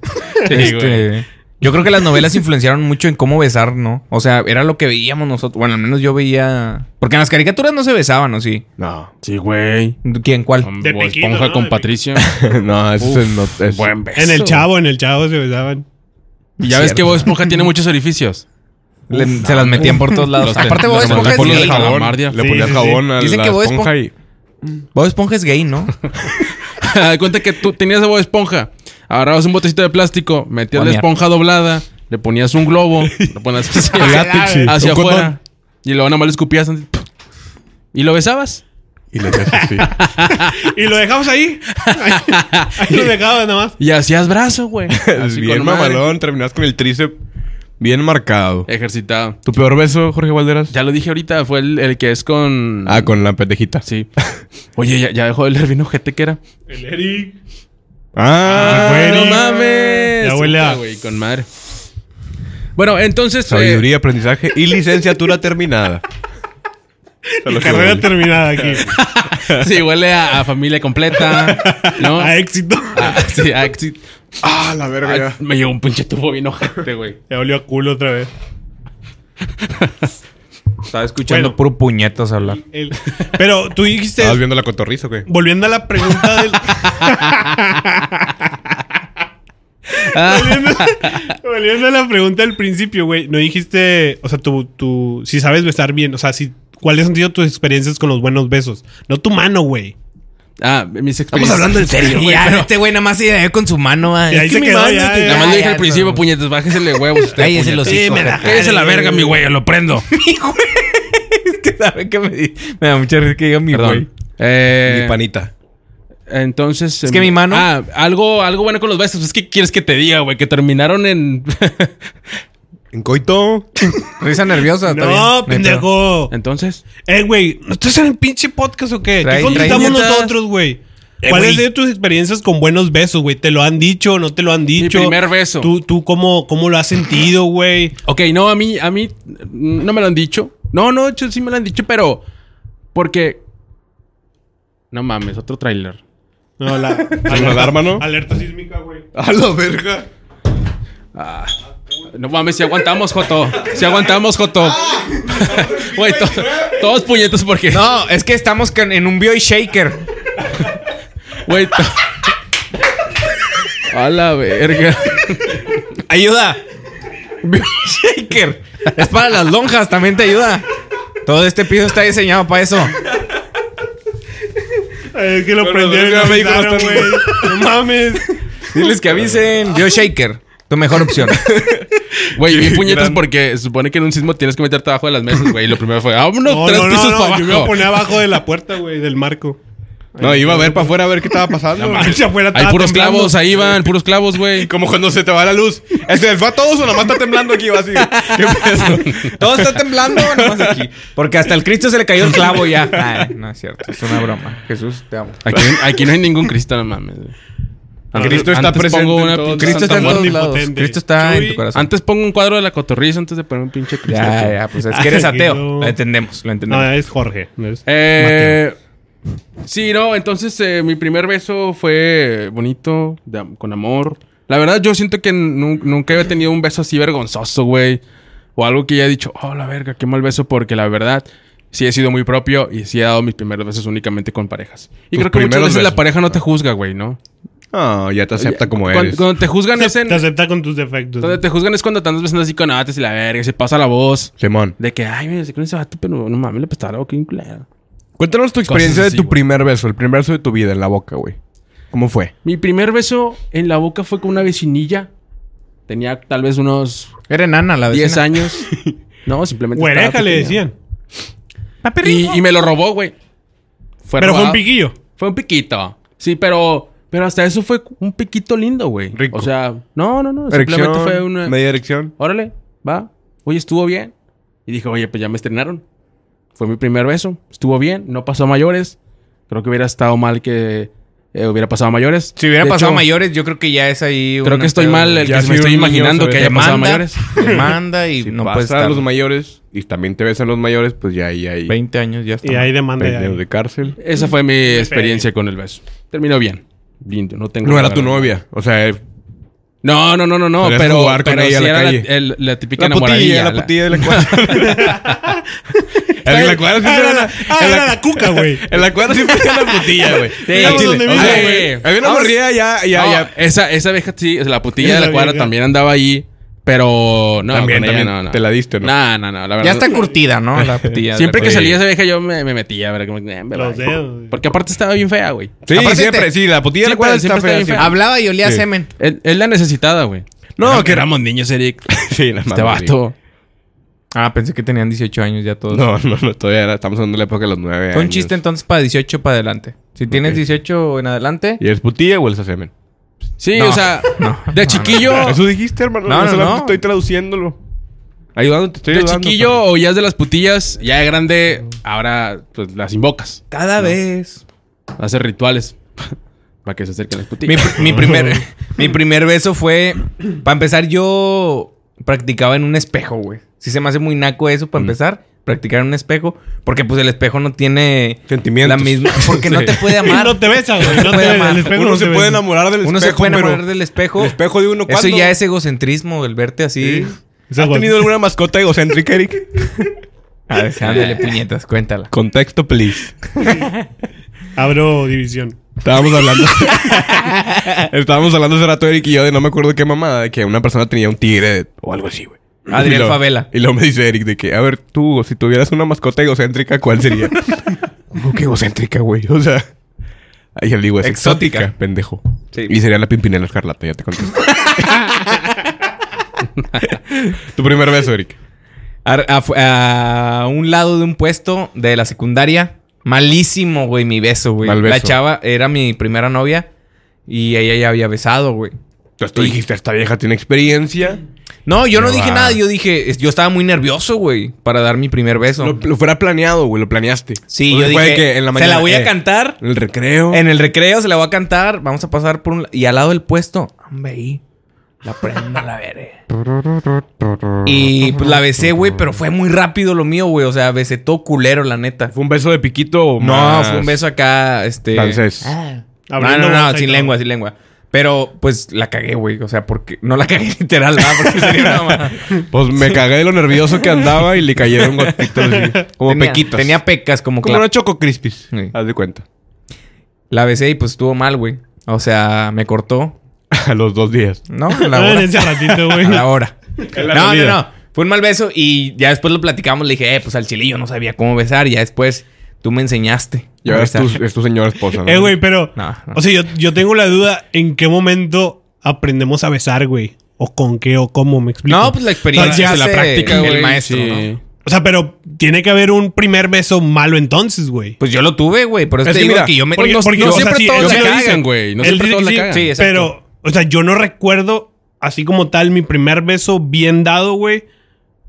Speaker 3: Este, yo creo que las novelas influenciaron mucho en cómo besar, ¿no? O sea, era lo que veíamos nosotros. Bueno, al menos yo veía. Porque en las caricaturas no se besaban, ¿o sí?
Speaker 4: No.
Speaker 1: Sí, güey.
Speaker 3: ¿Quién cuál?
Speaker 1: Con
Speaker 2: De
Speaker 1: Bob
Speaker 2: piquito,
Speaker 1: Esponja
Speaker 2: ¿no?
Speaker 1: con
Speaker 2: De
Speaker 1: Patricio.
Speaker 4: no, eso Ah, es no- es-
Speaker 1: Buen beso.
Speaker 2: En el chavo, en el chavo se besaban.
Speaker 1: Y ya ves que Bob Esponja tiene muchos orificios.
Speaker 3: Le- se las metían por todos lados.
Speaker 1: Los
Speaker 3: Aparte,
Speaker 1: ten-
Speaker 3: Bob
Speaker 1: los
Speaker 3: Esponja es
Speaker 1: tentáculos
Speaker 4: Ponle
Speaker 1: de
Speaker 3: gay.
Speaker 1: jabón.
Speaker 3: ¿no?
Speaker 4: jabón.
Speaker 1: Calamardia.
Speaker 4: Le
Speaker 2: Sí,
Speaker 4: ponía
Speaker 2: sí,
Speaker 4: jabón a
Speaker 3: Dicen
Speaker 4: la
Speaker 3: que Bob
Speaker 4: esponja y...
Speaker 3: Bob Esponja es gay, ¿no?
Speaker 1: Da cuenta que tú tenías a Bob Esponja. Agarrabas un botecito de plástico, metías la
Speaker 3: Ponía.
Speaker 1: esponja doblada, le ponías un globo, lo ponías hacia,
Speaker 4: látex, sí.
Speaker 1: hacia
Speaker 4: Un condón.
Speaker 1: afuera. Y luego nada más le escupías. Y lo besabas.
Speaker 4: Y le hacías así.
Speaker 2: Y lo dejamos ahí. Ahí, ahí lo dejamos nada más.
Speaker 1: Y hacías brazo, güey. Así
Speaker 4: bien
Speaker 1: con madre.
Speaker 4: mamalón, terminabas con el tríceps bien marcado.
Speaker 1: Ejercitado.
Speaker 4: ¿Tu peor beso, Jorge Valderas?
Speaker 1: Ya lo dije ahorita, fue el, el que es con.
Speaker 4: Ah, con la pendejita.
Speaker 1: Sí. Oye, ya, ya dejó de leer bien ojete que era.
Speaker 2: El Eric.
Speaker 4: Ah,
Speaker 2: Ah,
Speaker 1: ¡No
Speaker 2: Eric.
Speaker 1: mames!
Speaker 2: Ya huele a-
Speaker 1: Puta, güey, con madre. Bueno, entonces. eh,
Speaker 4: sabiduría, aprendizaje y licenciatura terminada. Eso es lo que
Speaker 2: Carrera
Speaker 4: huele.
Speaker 2: terminada aquí.
Speaker 1: sí, huele a, a familia completa. ¿No?
Speaker 2: A éxito.
Speaker 1: Ah, sí, a exit.
Speaker 4: Ah, la verga.
Speaker 1: Ah,
Speaker 4: ya.
Speaker 1: me llegó un pinche tubo bien ojete, güey.
Speaker 2: Ya olió a culo otra vez.
Speaker 3: Estaba escuchando
Speaker 2: Bueno.
Speaker 3: puro puñetas hablar.
Speaker 2: El- Pero tú dijiste,
Speaker 3: Ah,
Speaker 4: ¿Estabas viendo la cotorriza o qué?
Speaker 2: volviendo a la pregunta del.
Speaker 3: Ah.
Speaker 2: volviendo, volviendo a la pregunta del principio, güey. No dijiste, o sea, tú, tú, si sabes besar bien, o sea, si, ¿cuáles han sido tus experiencias con los buenos besos? No tu mano, güey.
Speaker 1: Ah, mis experiencias.
Speaker 4: en serio,
Speaker 3: Ya, este güey nada más se dio con su mano. ah,
Speaker 2: Y
Speaker 3: es
Speaker 2: ahí
Speaker 3: que
Speaker 2: se
Speaker 3: mi
Speaker 2: quedó,
Speaker 3: mano,
Speaker 2: ya,
Speaker 3: que-
Speaker 2: ya.
Speaker 1: Nada más
Speaker 3: Ah,
Speaker 1: le dije
Speaker 3: ya,
Speaker 1: al principio,
Speaker 3: no.
Speaker 1: puñetas, bájesele huevos. usted,
Speaker 3: Cállese
Speaker 1: puñetas.
Speaker 3: los
Speaker 2: Sí, me la-
Speaker 1: Cállese la verga, mi güey, lo prendo.
Speaker 3: Es que sabe que me, me da mucha risa que diga mi güey.
Speaker 1: Perdón. Eh,
Speaker 4: Mi panita.
Speaker 1: Entonces.
Speaker 3: Es que mi mano-
Speaker 1: Ah, algo, algo bueno con los besos. Es que quieres que te diga, güey, que terminaron en.
Speaker 4: En coito.
Speaker 3: Risa nerviosa. está bien,
Speaker 2: No,
Speaker 3: hay pedo.
Speaker 2: pendejo.
Speaker 1: Entonces.
Speaker 2: Eh, güey, ¿no estás en el pinche podcast o qué? ¿Qué
Speaker 3: Trae-
Speaker 2: contestamos
Speaker 1: trae neta.
Speaker 2: nosotros, güey?
Speaker 1: Eh,
Speaker 2: ¿Cuáles
Speaker 3: güey.
Speaker 2: de tus experiencias con buenos besos, güey? ¿Te lo han dicho o no te lo han dicho?
Speaker 1: primer beso.
Speaker 2: ¿Tú, tú cómo, cómo lo has sentido, güey?
Speaker 1: Ok, no, a mí, a mí mm, no me lo han dicho. No, no, de hecho, sí me lo han dicho, pero. Porque. No mames, otro tráiler.
Speaker 2: No, la...
Speaker 4: Alerta- hermano?
Speaker 2: Alerta sísmica, güey.
Speaker 4: A la verga.
Speaker 1: No mames, si aguantamos, Joto. Si aguantamos, Joto. Güey, to- todos puñetos porque.
Speaker 3: No, es que estamos con- en un Bioy Shaker.
Speaker 1: Güey. to- A la verga.
Speaker 3: Ayuda. Bioy Shaker. Es para las lonjas, también te ayuda. Todo este piso está diseñado para eso.
Speaker 2: Es que lo
Speaker 4: Bueno,
Speaker 2: prendieron y lo
Speaker 4: a México no
Speaker 2: avisaron, güey. No mames.
Speaker 3: Diles que avisen. Bioy Shaker. Tu mejor opción.
Speaker 1: Güey, bien puñetas porque se supone que en un sismo tienes que meterte abajo de las mesas, güey. Y lo primero fue, vámonos,
Speaker 2: No,
Speaker 1: tres
Speaker 2: no,
Speaker 1: pisos
Speaker 2: no, no.
Speaker 1: para
Speaker 2: Yo me voy a
Speaker 1: abajo.
Speaker 2: poner abajo de la puerta, güey, del marco.
Speaker 4: No, iba a ver para afuera a ver qué estaba pasando. güey.
Speaker 2: Hacia afuera
Speaker 1: Hay
Speaker 2: estaba
Speaker 1: puros
Speaker 2: temblando.
Speaker 1: clavos, ahí van, puros clavos, güey.
Speaker 4: Como cuando se te va la luz. Este fue a todos o nomás está temblando aquí, va así. ¿Qué pedo?
Speaker 3: Todo está temblando nomás aquí. Porque hasta el Cristo se le cayó el clavo ya. Ay, no es cierto. Es una broma. Jesús, te amo.
Speaker 1: Aquí, aquí no hay ningún Cristo, no mames. güey. Antes-
Speaker 4: Cristo está
Speaker 1: antes
Speaker 4: presente
Speaker 1: pongo
Speaker 4: en
Speaker 1: una
Speaker 4: todo.
Speaker 1: pinche
Speaker 3: Cristo
Speaker 1: Santa
Speaker 3: está en
Speaker 1: Muerte.
Speaker 3: todos
Speaker 2: omnipotente.
Speaker 3: lados. Cristo está en tu corazón.
Speaker 1: Antes pongo un cuadro de la cotorriza antes de poner un pinche Cristo.
Speaker 3: Ya,
Speaker 1: aquí.
Speaker 3: ya, pues es que eres
Speaker 2: Ay,
Speaker 3: ateo.
Speaker 2: no.
Speaker 3: Lo entendemos, lo entendemos.
Speaker 2: No, es Jorge. no es-
Speaker 1: Eh, sí, no, entonces eh, mi primer beso fue bonito, de am- con amor. La verdad, yo siento que nu- nunca había tenido un beso así vergonzoso, güey. O algo que ya he dicho, oh, la verga, qué mal beso, porque la verdad, sí he sido muy propio y sí he dado mis primeros besos únicamente con parejas. Y creo que
Speaker 4: Tus
Speaker 1: muchas
Speaker 4: primeros
Speaker 1: veces la
Speaker 4: besos. Pues.
Speaker 1: pareja no te juzga, güey, ¿no?
Speaker 4: No, ya te acepta como
Speaker 1: Cuando,
Speaker 4: eres.
Speaker 1: cuando te juzgan es en-
Speaker 2: Te acepta con tus defectos.
Speaker 1: Cuando te juzgan es cuando te andas besando así con ates y la verga, y se pasa la voz.
Speaker 4: Simón.
Speaker 1: De que, ay, me besé con ese vato, pero no mames, le apestaba la boca bien culera".
Speaker 4: Cuéntanos tu experiencia
Speaker 1: Cosas así,
Speaker 4: de tu
Speaker 1: güey.
Speaker 4: primer beso, el primer beso de tu vida en la boca, güey. ¿Cómo fue?
Speaker 1: Mi primer beso en la boca fue con una vecinilla. Tenía tal vez unos
Speaker 3: Era enana la vecina.
Speaker 1: 10 años. No, simplemente. estaba
Speaker 2: Güereja le
Speaker 1: pequeño.
Speaker 2: decían.
Speaker 1: Y, y me lo robó, güey.
Speaker 2: Pero fue un
Speaker 1: robado.
Speaker 2: piquillo.
Speaker 1: Fue un piquito. Sí, pero. Pero hasta eso fue un piquito lindo, güey.
Speaker 4: Rico.
Speaker 1: O sea, no, no, no.
Speaker 4: Erección,
Speaker 1: Simplemente fue una.
Speaker 4: media erección.
Speaker 1: Órale, va. Oye, estuvo bien. Y dije, oye, pues ya me estrenaron. Fue mi primer beso. Estuvo bien. No pasó a mayores. Creo que hubiera estado mal que eh, hubiera pasado a mayores.
Speaker 3: Si hubiera
Speaker 1: De
Speaker 3: pasado
Speaker 1: hecho,
Speaker 3: mayores, yo creo que ya es ahí.
Speaker 1: Creo
Speaker 3: un
Speaker 1: que estoy
Speaker 3: pedo
Speaker 1: mal
Speaker 3: de-
Speaker 1: el
Speaker 4: Ya
Speaker 1: que
Speaker 4: si
Speaker 1: me estoy
Speaker 4: un niño
Speaker 1: imaginando
Speaker 4: se
Speaker 1: que haya pasado a mayores.
Speaker 3: Te manda y
Speaker 4: Si
Speaker 3: no puedes
Speaker 4: pasa a
Speaker 3: estar.
Speaker 4: los mayores y también te besan los mayores, pues ya ahí hay
Speaker 3: 20 años ya está.
Speaker 2: Y ahí demanda.
Speaker 4: 20
Speaker 2: ya.
Speaker 4: años de cárcel.
Speaker 1: Esa fue mi experiencia con el beso. Terminó bien. Lindo, no tengo
Speaker 4: No era
Speaker 1: nada
Speaker 4: tu
Speaker 1: grave.
Speaker 4: novia. O sea, eh,
Speaker 1: No, no, no, no, no.
Speaker 4: Solías
Speaker 1: Pero,
Speaker 4: jugar con
Speaker 1: pero sí
Speaker 4: ella a la
Speaker 1: era la,
Speaker 4: calle.
Speaker 1: el- la típica
Speaker 4: la putilla,
Speaker 1: enamoradilla.
Speaker 4: la
Speaker 1: la-
Speaker 4: putilla de la cuadra. en la cuadra
Speaker 2: Ah,
Speaker 4: siempre
Speaker 2: era la,
Speaker 4: era la-
Speaker 2: ah, era la cuca, güey.
Speaker 4: En la cuadra siempre era la putilla, güey.
Speaker 1: Digamos
Speaker 4: Al
Speaker 2: donde
Speaker 4: chile.
Speaker 2: vive,
Speaker 4: O sea,
Speaker 1: güey.
Speaker 4: Había una
Speaker 1: Vamos.
Speaker 4: morrilla ya, ya,
Speaker 1: No, eh,
Speaker 4: ya.
Speaker 1: Esa, esa vieja sí, o sea, la putilla de
Speaker 2: Esa
Speaker 1: la cuadra
Speaker 2: vieja.
Speaker 1: también andaba ahí. Pero no,
Speaker 4: También,
Speaker 1: con ella
Speaker 4: también
Speaker 1: no, no.
Speaker 4: te la diste, ¿no?
Speaker 1: No, no, no. La verdad,
Speaker 3: Ya está curtida, ¿no? La putilla.
Speaker 1: Siempre que
Speaker 4: Sí.
Speaker 1: salía esa vieja yo me, me metía, ¿verdad? Como, eh, me
Speaker 2: Los
Speaker 1: vale.
Speaker 2: dedos, güey.
Speaker 1: Porque aparte estaba bien fea, güey.
Speaker 4: Sí,
Speaker 3: Aparte
Speaker 4: siempre,
Speaker 3: te-
Speaker 4: sí, la putilla de la
Speaker 1: siempre-
Speaker 4: cuadra está
Speaker 1: siempre está
Speaker 4: fea.
Speaker 1: bien
Speaker 4: siempre.
Speaker 1: fea.
Speaker 3: Hablaba y olía
Speaker 4: Sí.
Speaker 3: semen.
Speaker 1: Es es la necesitada, güey.
Speaker 4: No,
Speaker 1: Éramos-
Speaker 4: que-
Speaker 1: éramos niños, Eric.
Speaker 4: Sí, la
Speaker 1: Este
Speaker 4: mamá, sí.
Speaker 1: vato.
Speaker 3: Ah, pensé que tenían 18 años ya todos.
Speaker 4: No, no, no, todavía era- estamos hablando de la época de los nueve
Speaker 3: Fue un
Speaker 4: años.
Speaker 3: chiste entonces para 18 para adelante. Si tienes
Speaker 4: Ok.
Speaker 3: 18 en adelante.
Speaker 4: ¿Y eres putilla o eres semen?
Speaker 1: Sí,
Speaker 3: No.
Speaker 1: o sea,
Speaker 3: No.
Speaker 1: de chiquillo.
Speaker 4: Eso dijiste, hermano.
Speaker 3: No,
Speaker 4: Yo
Speaker 3: no,
Speaker 4: solamente
Speaker 3: no.
Speaker 4: Estoy traduciéndolo. Ayudándote, te estoy
Speaker 1: De
Speaker 4: ayudando.
Speaker 1: chiquillo oías de las putillas, ya de grande, ahora pues las invocas.
Speaker 3: Cada vez.
Speaker 1: Haces rituales para que se acerquen las
Speaker 3: Mi,
Speaker 1: putillas.
Speaker 3: mi primer, mi primer beso fue. Para empezar, yo practicaba en un espejo, güey. Si se me hace muy naco eso,
Speaker 4: Mm.
Speaker 3: para empezar, practicar en un espejo. Porque, pues, el espejo no tiene.
Speaker 4: Sentimientos.
Speaker 3: La misma. Porque no te puede amar.
Speaker 2: No te besa, güey. No
Speaker 3: Puede
Speaker 2: te
Speaker 3: amar.
Speaker 2: el espejo
Speaker 4: Uno
Speaker 2: no
Speaker 4: se
Speaker 2: te
Speaker 4: puede
Speaker 2: besa.
Speaker 4: enamorar del
Speaker 3: uno
Speaker 4: espejo.
Speaker 3: se puede
Speaker 4: pero
Speaker 3: enamorar del espejo.
Speaker 4: El espejo de uno
Speaker 3: Eso
Speaker 4: ¿cuándo?
Speaker 3: ya es egocentrismo, el verte así.
Speaker 2: Esa
Speaker 4: ¿Has
Speaker 2: guapa.
Speaker 4: tenido alguna mascota egocéntrica, Eric?
Speaker 3: A ver, ándale, puñetas, cuéntala.
Speaker 4: Contexto, please.
Speaker 2: Abro división.
Speaker 4: Estábamos hablando. Estábamos hablando hace rato, Eric y yo, de no me acuerdo qué mamada, de que una persona tenía un tigre de- o algo así, güey.
Speaker 3: Adrián
Speaker 4: Y luego-
Speaker 3: Favela.
Speaker 4: Y luego me dice Eric de que, a ver, tú, si tuvieras una mascota egocéntrica, ¿cuál sería? ¿Cómo que egocéntrica, güey? O sea. Ahí le digo, es exótica,
Speaker 3: Exótica.
Speaker 4: pendejo.
Speaker 3: Sí.
Speaker 4: Y sería la pimpinela escarlata, ya te contesto. tu primer beso, Eric.
Speaker 3: A, a- a un lado de un puesto de la secundaria. Malísimo, güey, mi beso, güey.
Speaker 4: Mal beso.
Speaker 3: La chava era mi primera novia y ella ya había besado, güey.
Speaker 4: Entonces tú dijiste, esta vieja tiene experiencia.
Speaker 3: No, yo no
Speaker 4: Pero
Speaker 3: dije
Speaker 4: va.
Speaker 3: nada. Yo dije, es- yo estaba muy nervioso, güey, para dar mi primer beso.
Speaker 4: Lo, lo fuera planeado, güey, lo planeaste.
Speaker 3: sí,
Speaker 4: O sea,
Speaker 3: yo
Speaker 4: fue
Speaker 3: dije,
Speaker 4: de que en la mañana,
Speaker 3: se la voy a
Speaker 4: eh,
Speaker 3: cantar.
Speaker 4: En el recreo.
Speaker 3: En el recreo se la voy a cantar. Vamos a pasar por un... la- Y al lado del puesto, hombre, ahí. La prendo, la veré. Y pues la besé, güey, pero fue muy rápido lo mío, güey. O sea, besé todo culero, la neta.
Speaker 4: ¿Fue un beso de piquito o
Speaker 3: No,
Speaker 4: más
Speaker 3: fue un beso acá, este...
Speaker 4: Francés.
Speaker 3: No,
Speaker 2: Abriendo
Speaker 3: no, no,
Speaker 2: bolsa y
Speaker 3: sin
Speaker 2: todo.
Speaker 3: lengua, sin lengua. Pero, pues, la cagué, güey. O sea, porque... No la cagué literal, ¿verdad? Porque sería una mamada.
Speaker 4: Pues me cagué de lo nervioso que andaba y le cayeron gotitas así, como
Speaker 3: Tenía-
Speaker 4: pequitas.
Speaker 3: Tenía pecas como...
Speaker 4: como
Speaker 3: cla-
Speaker 4: una Choco Crispis.
Speaker 3: Sí.
Speaker 4: Haz de cuenta.
Speaker 3: La besé y, pues, estuvo mal, güey. O sea, me cortó.
Speaker 4: A los dos días.
Speaker 3: ¿No? A la
Speaker 2: No, en
Speaker 3: hora.
Speaker 2: ese ratito,
Speaker 3: A
Speaker 2: güey.
Speaker 3: la hora.
Speaker 2: la
Speaker 3: no, no,
Speaker 2: comida.
Speaker 3: no. Fue un mal beso y ya después lo platicamos. Le dije, eh, pues, al chilillo no sabía cómo besar. Y ya después tú me enseñaste.
Speaker 4: Y
Speaker 3: a
Speaker 4: ahora es
Speaker 3: besar.
Speaker 4: tu, es tu señora esposa, ¿no?
Speaker 2: Eh, güey, pero.
Speaker 3: No, no.
Speaker 2: O sea, yo, yo tengo la duda en qué momento aprendemos a besar, güey. O con qué o cómo, me explico.
Speaker 3: No, pues, la experiencia
Speaker 2: O sea, ya
Speaker 3: se la
Speaker 2: sé.
Speaker 3: practica. el
Speaker 1: güey,
Speaker 3: maestro, ¿no?
Speaker 2: O sea, pero tiene que haber un primer beso malo entonces, güey.
Speaker 3: Pues yo lo tuve, güey. Por eso
Speaker 4: Es
Speaker 3: te
Speaker 4: que
Speaker 3: digo
Speaker 4: mira,
Speaker 3: que yo me...
Speaker 2: porque-
Speaker 3: no,
Speaker 2: porque,
Speaker 3: no
Speaker 2: o sea,
Speaker 3: siempre
Speaker 2: sí,
Speaker 3: todos la
Speaker 2: yo
Speaker 1: No
Speaker 2: me
Speaker 1: se lo
Speaker 3: cagan.
Speaker 1: dicen, güey. No
Speaker 2: Él
Speaker 1: siempre
Speaker 2: dice
Speaker 1: todos
Speaker 2: que
Speaker 1: la
Speaker 2: sí,
Speaker 1: cagan.
Speaker 3: sí, es-
Speaker 2: Pero, o sea, yo no recuerdo así como tal mi primer beso bien dado, güey,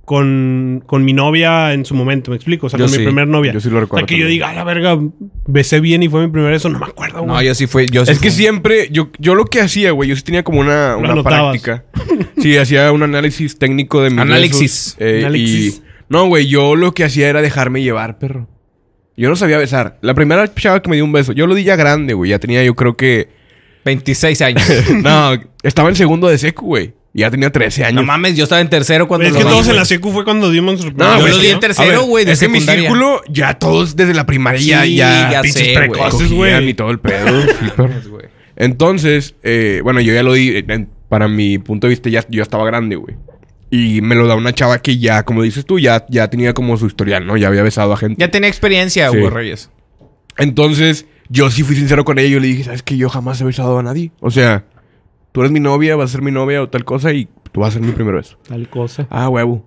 Speaker 2: con, con mi novia en su momento, me explico. O sea,
Speaker 3: Yo
Speaker 2: con
Speaker 3: sí,
Speaker 2: mi primer novia.
Speaker 4: yo sí lo recuerdo
Speaker 2: O sea, que yo
Speaker 4: también.
Speaker 2: diga, a la verga, besé bien y fue mi primer beso, no me acuerdo, güey.
Speaker 3: No, yo sí fue... Yo sí
Speaker 4: Es que
Speaker 3: fui-
Speaker 4: siempre, yo, yo lo que hacía, güey, yo sí tenía como una,
Speaker 2: Lo
Speaker 4: una
Speaker 2: anotabas.
Speaker 4: práctica. Sí, hacía un análisis técnico de mis
Speaker 3: Análisis.
Speaker 4: besos, eh,
Speaker 2: Análisis.
Speaker 4: Y, no, güey, yo lo que hacía era dejarme llevar, perro. Yo no sabía besar. La primera chava que me dio un beso, yo lo di ya grande, güey. Ya tenía, yo creo que.
Speaker 3: 26 años.
Speaker 4: no, estaba en segundo de secu, güey. Y Ya tenía 13 años.
Speaker 3: no mames, yo estaba en tercero cuando
Speaker 2: es
Speaker 3: lo
Speaker 2: que
Speaker 3: di,
Speaker 2: todos en
Speaker 3: güey.
Speaker 2: la secu fue cuando dimos nuestro primer
Speaker 3: yo
Speaker 4: güey,
Speaker 3: lo
Speaker 4: es
Speaker 3: di
Speaker 4: que-
Speaker 3: en
Speaker 2: ¿no?
Speaker 3: tercero,
Speaker 4: a ver,
Speaker 3: güey, de
Speaker 4: Es que mi
Speaker 3: secundaria.
Speaker 4: círculo, ya todos desde la primaria,
Speaker 3: Sí,
Speaker 4: ya.
Speaker 3: ya
Speaker 4: pinches
Speaker 3: sé, güey.
Speaker 4: precoces,
Speaker 2: Cogían
Speaker 4: güey. Y todo el pedo. sí, perro.
Speaker 3: Mames, güey.
Speaker 4: Entonces, eh, bueno, yo ya lo di. eh, en- para mi punto de vista, ya, yo ya estaba grande, güey. Y me lo da una chava que ya, como dices tú, ya, ya tenía como su historial, ¿no? Ya había besado a gente.
Speaker 3: Ya tenía experiencia,
Speaker 4: Sí.
Speaker 3: Hugo Reyes.
Speaker 4: Entonces, yo sí fui sincero con ella. Yo le dije, ¿sabes que Yo jamás he besado a nadie. O sea, tú eres mi novia, vas a ser mi novia o tal cosa y tú vas a ser mi primer beso.
Speaker 2: Tal cosa.
Speaker 4: Ah, huevo.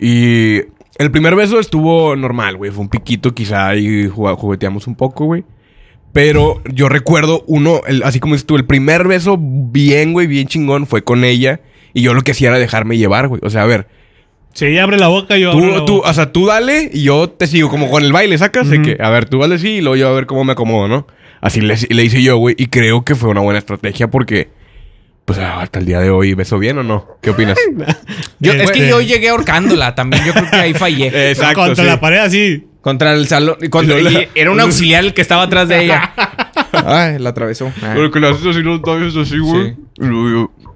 Speaker 4: Y el primer beso estuvo normal, güey. Fue un piquito, quizá, y jugá- jugueteamos un poco, güey. Pero yo recuerdo uno, el- así como estuvo, el primer beso bien, güey, bien chingón, fue con ella. Y yo lo que hacía era dejarme llevar, güey. O sea, a ver,
Speaker 2: Si ella abre la boca, yo abro la
Speaker 4: tú, tú,
Speaker 2: boca.
Speaker 4: o sea, tú dale y yo te sigo, como con el baile, sacas. De que, a ver, tú dale sí y luego yo a ver cómo me acomodo, ¿no? Así le, le hice yo, güey. Y creo que fue una buena estrategia porque, pues, ah, hasta el día de hoy, ¿beso bien o no? ¿Qué opinas?
Speaker 3: Yo-
Speaker 2: Eh,
Speaker 3: es que
Speaker 2: güey.
Speaker 3: yo llegué ahorcándola también. Yo creo que ahí fallé.
Speaker 4: Exacto.
Speaker 2: Contra
Speaker 4: sí.
Speaker 2: la pared así.
Speaker 3: Contra el salón. Contra,
Speaker 4: Lola.
Speaker 3: y era un auxiliar el que estaba atrás de ella. Ah. Ay, la atravesó. Ay,
Speaker 4: Pero que le haces así los labios así, güey.
Speaker 3: Sí.
Speaker 4: Y luego yo-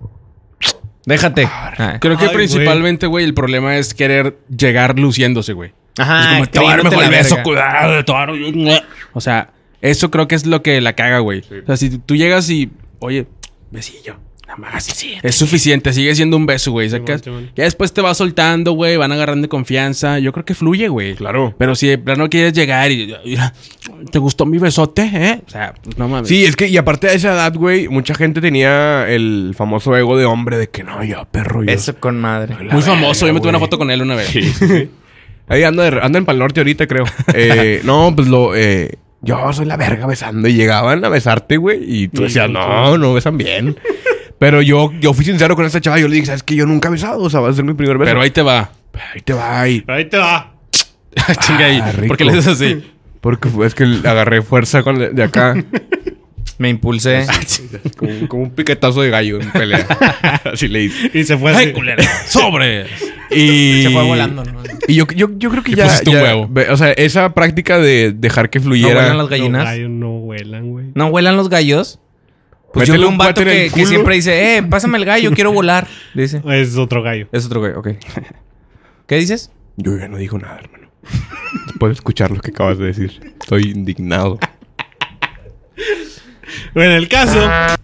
Speaker 3: déjate. Ah. Ay.
Speaker 1: Creo que
Speaker 2: Ay, güey.
Speaker 1: principalmente, güey, el problema es querer llegar luciéndose, güey.
Speaker 3: Ajá.
Speaker 1: Es como, te voy a dar
Speaker 3: creyéndote
Speaker 1: mejor
Speaker 3: la
Speaker 1: beso,
Speaker 3: verga.
Speaker 1: cuidado, te voy a dar- O sea, eso creo que es lo que la caga, güey. O sea, si tú llegas y, oye, besillo. No nada más. Es suficiente, sigue siendo un beso, güey. Sacas.
Speaker 2: Simón, Simón.
Speaker 1: Ya después te vas soltando, güey, van agarrando confianza. Yo creo que fluye, güey.
Speaker 4: Claro.
Speaker 1: Pero si de plano quieres llegar y. y- ¿Te gustó mi besote, eh? O sea, no mames.
Speaker 4: Sí, es que, y aparte de esa edad, güey, mucha gente tenía el famoso ego de hombre de que no, yo, perro, yo.
Speaker 3: Eso con madre.
Speaker 1: Muy famoso. Yo me tuve una foto con él una vez.
Speaker 4: Ahí anda, de- anda en Pal Norte ahorita, creo. Eh, no, pues lo. eh, yo soy la verga besando. Y llegaban a besarte, güey. Y tú
Speaker 2: Y
Speaker 4: decías,
Speaker 2: tú-
Speaker 4: no, no besan bien. Pero yo, yo fui sincero con esta chava. Yo le dije, ¿sabes qué? Yo nunca he besado. O sea, va a ser mi primer beso.
Speaker 1: Pero ahí te va.
Speaker 4: Ahí te va. y-
Speaker 2: Pero ahí te va.
Speaker 1: Chinga ahí.
Speaker 4: Ah, rico.
Speaker 1: Porque le haces así.
Speaker 4: Porque fue- es que agarré fuerza con la- de acá.
Speaker 3: Me impulsé.
Speaker 4: como, como un piquetazo de gallo en pelea. Así le hice.
Speaker 2: Y se fue así.
Speaker 1: ¡Ay, culero! ¡Sobre!
Speaker 4: Y...
Speaker 3: Se fue volando, ¿no?
Speaker 4: Y pues, yo, yo, yo creo que
Speaker 1: Le
Speaker 4: ya,
Speaker 1: pusiste un
Speaker 4: ya-
Speaker 1: huevo.
Speaker 4: ve- O sea, esa práctica de dejar que
Speaker 3: ¿No
Speaker 4: fluyera.
Speaker 3: vuelan las
Speaker 2: Los
Speaker 3: gallinas?
Speaker 2: gallos no vuelan, güey.
Speaker 3: ¿No vuelan los gallos? Pues
Speaker 4: Métele
Speaker 3: yo veo
Speaker 4: un
Speaker 3: un vato
Speaker 4: cuate en el
Speaker 3: que, que
Speaker 4: culo.
Speaker 3: siempre dice, eh, pásame el gallo, quiero volar. Dice.
Speaker 2: Es otro gallo.
Speaker 3: Es otro güey, ok. ¿Qué dices?
Speaker 4: Yo ya no digo nada, hermano. Después de escuchar lo que acabas de decir, estoy indignado.
Speaker 2: Bueno, el caso. Es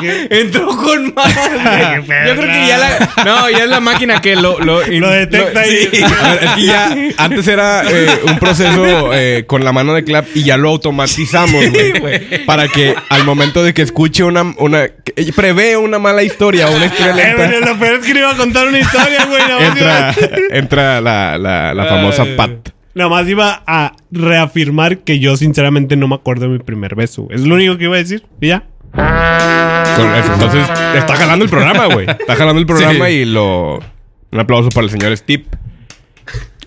Speaker 2: que- Eh,
Speaker 3: Entró con madre. Yo creo que ya la. No, ya es la máquina que lo. Lo,
Speaker 2: Lo detecta y-
Speaker 3: sí.
Speaker 4: A ver, es que ya antes era eh, un proceso eh, con la mano de clap y ya lo automatizamos, güey, Para que al momento de que escuche una. una que ella prevé una mala historia o una historia
Speaker 2: Eh, bueno,
Speaker 4: lenta,
Speaker 2: lo peor es que le iba a contar una historia, güey. Nada más
Speaker 4: entra,
Speaker 2: iba-
Speaker 4: entra la, la- la famosa
Speaker 2: Ay.
Speaker 4: Pat.
Speaker 2: Nada más iba a reafirmar que yo sinceramente no me acuerdo de mi primer beso. güey. Es lo único que iba a decir. Y ya.
Speaker 4: Con- Entonces, está jalando el programa, güey. Está jalando el programa y lo. Un aplauso para el señor Steve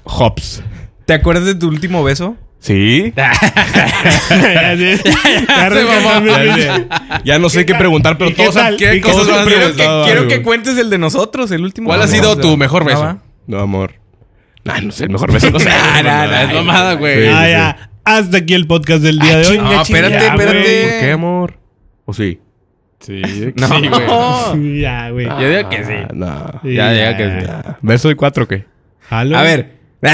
Speaker 4: Hobbs.
Speaker 3: ¿Te acuerdas de tu último beso?
Speaker 4: Sí.
Speaker 2: ya sí. Ya rescató mi Ah, risa.
Speaker 4: Ya no sé qué preguntar, pero
Speaker 2: ¿Y qué
Speaker 4: todos
Speaker 2: tal?
Speaker 4: saben qué
Speaker 2: ¿Y qué
Speaker 4: cosas
Speaker 2: tal?
Speaker 4: han
Speaker 3: Quiero que,
Speaker 4: regresado,
Speaker 3: quiero
Speaker 4: algo.
Speaker 3: que cuentes el de nosotros, el último.
Speaker 1: ¿Cuál ha
Speaker 3: beso.
Speaker 1: sido tu mejor
Speaker 3: ¿No
Speaker 1: beso?
Speaker 3: va?
Speaker 4: No, amor. Ah, no sé, el mejor beso no sé.
Speaker 1: Ah, nah, nah, es mamada, güey.
Speaker 4: Sí.
Speaker 2: Ah, ya. Hasta aquí el podcast del día de hoy.
Speaker 3: Ah, chinga, espérate,
Speaker 2: Ya, güey.
Speaker 3: espérate.
Speaker 4: ¿Por qué, amor? ¿O sí?
Speaker 1: Sí,
Speaker 3: No.
Speaker 1: sí, güey.
Speaker 2: Ya, güey.
Speaker 1: Yo digo que sí.
Speaker 4: Ah, no.
Speaker 1: Ya, ya que sí.
Speaker 4: Ah, ¿Beso de cuatro o qué?
Speaker 2: Jalo.
Speaker 3: A ver.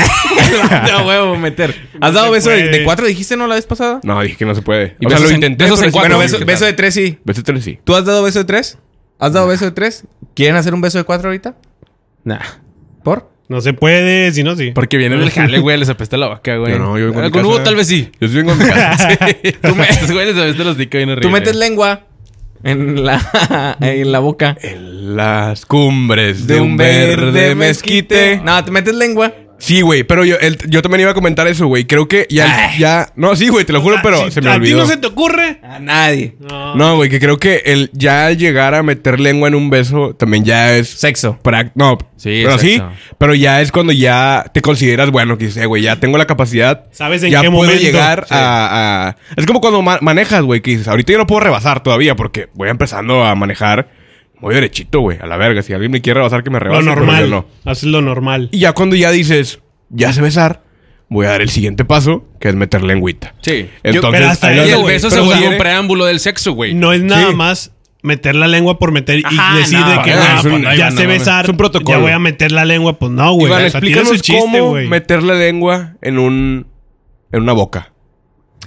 Speaker 3: no huevo meter. ¿Has dado
Speaker 2: se
Speaker 3: beso de,
Speaker 2: puede.
Speaker 3: de cuatro, dijiste, no, la vez pasada?
Speaker 4: No, dije que no se puede.
Speaker 1: Y
Speaker 4: o sea,
Speaker 1: besos
Speaker 4: lo
Speaker 1: en-
Speaker 4: intenté.
Speaker 1: besos en
Speaker 4: pero
Speaker 1: cuatro,
Speaker 3: Bueno,
Speaker 4: sí-
Speaker 3: beso, beso de tres sí.
Speaker 4: Beso de tres sí.
Speaker 3: ¿Tú has dado beso de tres? ¿Has dado beso de tres? ¿Quieren hacer un beso de cuatro ahorita?
Speaker 1: Nah.
Speaker 3: ¿Por?
Speaker 2: No se puede, si no, sí.
Speaker 1: Porque vienen del jale, güey. Les apesta la vaca, güey.
Speaker 4: Yo no, yo vengo a mi
Speaker 1: Con Hugo
Speaker 4: casa.
Speaker 1: tal vez sí.
Speaker 4: Yo sí vengo a mi casa.
Speaker 1: Tú metes, güey, les apesta los dicos bien horrible.
Speaker 3: Tú metes lengua en la, en la boca.
Speaker 4: En las cumbres de, un verde mezquite.
Speaker 3: No, te metes lengua.
Speaker 4: Sí, güey, pero yo, el- yo también iba a comentar eso, güey. Creo que ya, ya. No, sí, güey, te lo juro, pero
Speaker 2: Si
Speaker 4: se me
Speaker 2: Ah, a
Speaker 4: olvidó.
Speaker 2: ti no se te ocurre.
Speaker 3: A nadie.
Speaker 4: No, güey, que creo que el ya al llegar a meter lengua en un beso también ya es.
Speaker 3: Sexo.
Speaker 4: prac- No,
Speaker 1: Sí,
Speaker 4: pero sí,
Speaker 1: exacto.
Speaker 4: pero ya es cuando ya te consideras bueno, que dices, eh, güey, ya tengo la capacidad.
Speaker 2: Sabes en
Speaker 4: ya
Speaker 2: qué
Speaker 4: puedo
Speaker 2: momento.
Speaker 4: llegar a, a- Es como cuando ma- manejas, güey, que dices, ahorita yo no puedo rebasar todavía porque voy empezando a manejar muy derechito, güey, a la verga. Si alguien me quiere rebasar, que me
Speaker 2: Lo
Speaker 4: rebase. pero yo
Speaker 2: normal.
Speaker 4: no.
Speaker 2: Haces lo normal.
Speaker 4: Y ya cuando ya dices, ya sé besar, voy a dar el siguiente paso, que es meter lengüita.
Speaker 1: Sí.
Speaker 4: Entonces,
Speaker 2: pero hasta ahí,
Speaker 4: ahí
Speaker 1: Y
Speaker 4: lo-
Speaker 2: Pero,
Speaker 1: el
Speaker 2: güey,
Speaker 1: beso
Speaker 4: pero
Speaker 1: se vuelve
Speaker 4: quiere-
Speaker 1: un preámbulo del sexo, güey.
Speaker 2: No es nada
Speaker 4: Sí.
Speaker 2: más meter la lengua por meter y
Speaker 1: Ajá,
Speaker 2: decir
Speaker 1: no,
Speaker 2: de que
Speaker 1: eh,
Speaker 2: ah,
Speaker 1: es un-
Speaker 2: pues,
Speaker 1: ahí
Speaker 2: ya
Speaker 1: va,
Speaker 2: sé
Speaker 1: no mames.
Speaker 2: besar.
Speaker 4: Es un protocolo.
Speaker 2: Ya voy a meter la lengua. Pues no, güey.
Speaker 4: Iván,
Speaker 2: O sea, tiene
Speaker 4: explícanos
Speaker 2: su chiste,
Speaker 4: cómo
Speaker 2: güey.
Speaker 4: meter la lengua en un en una boca.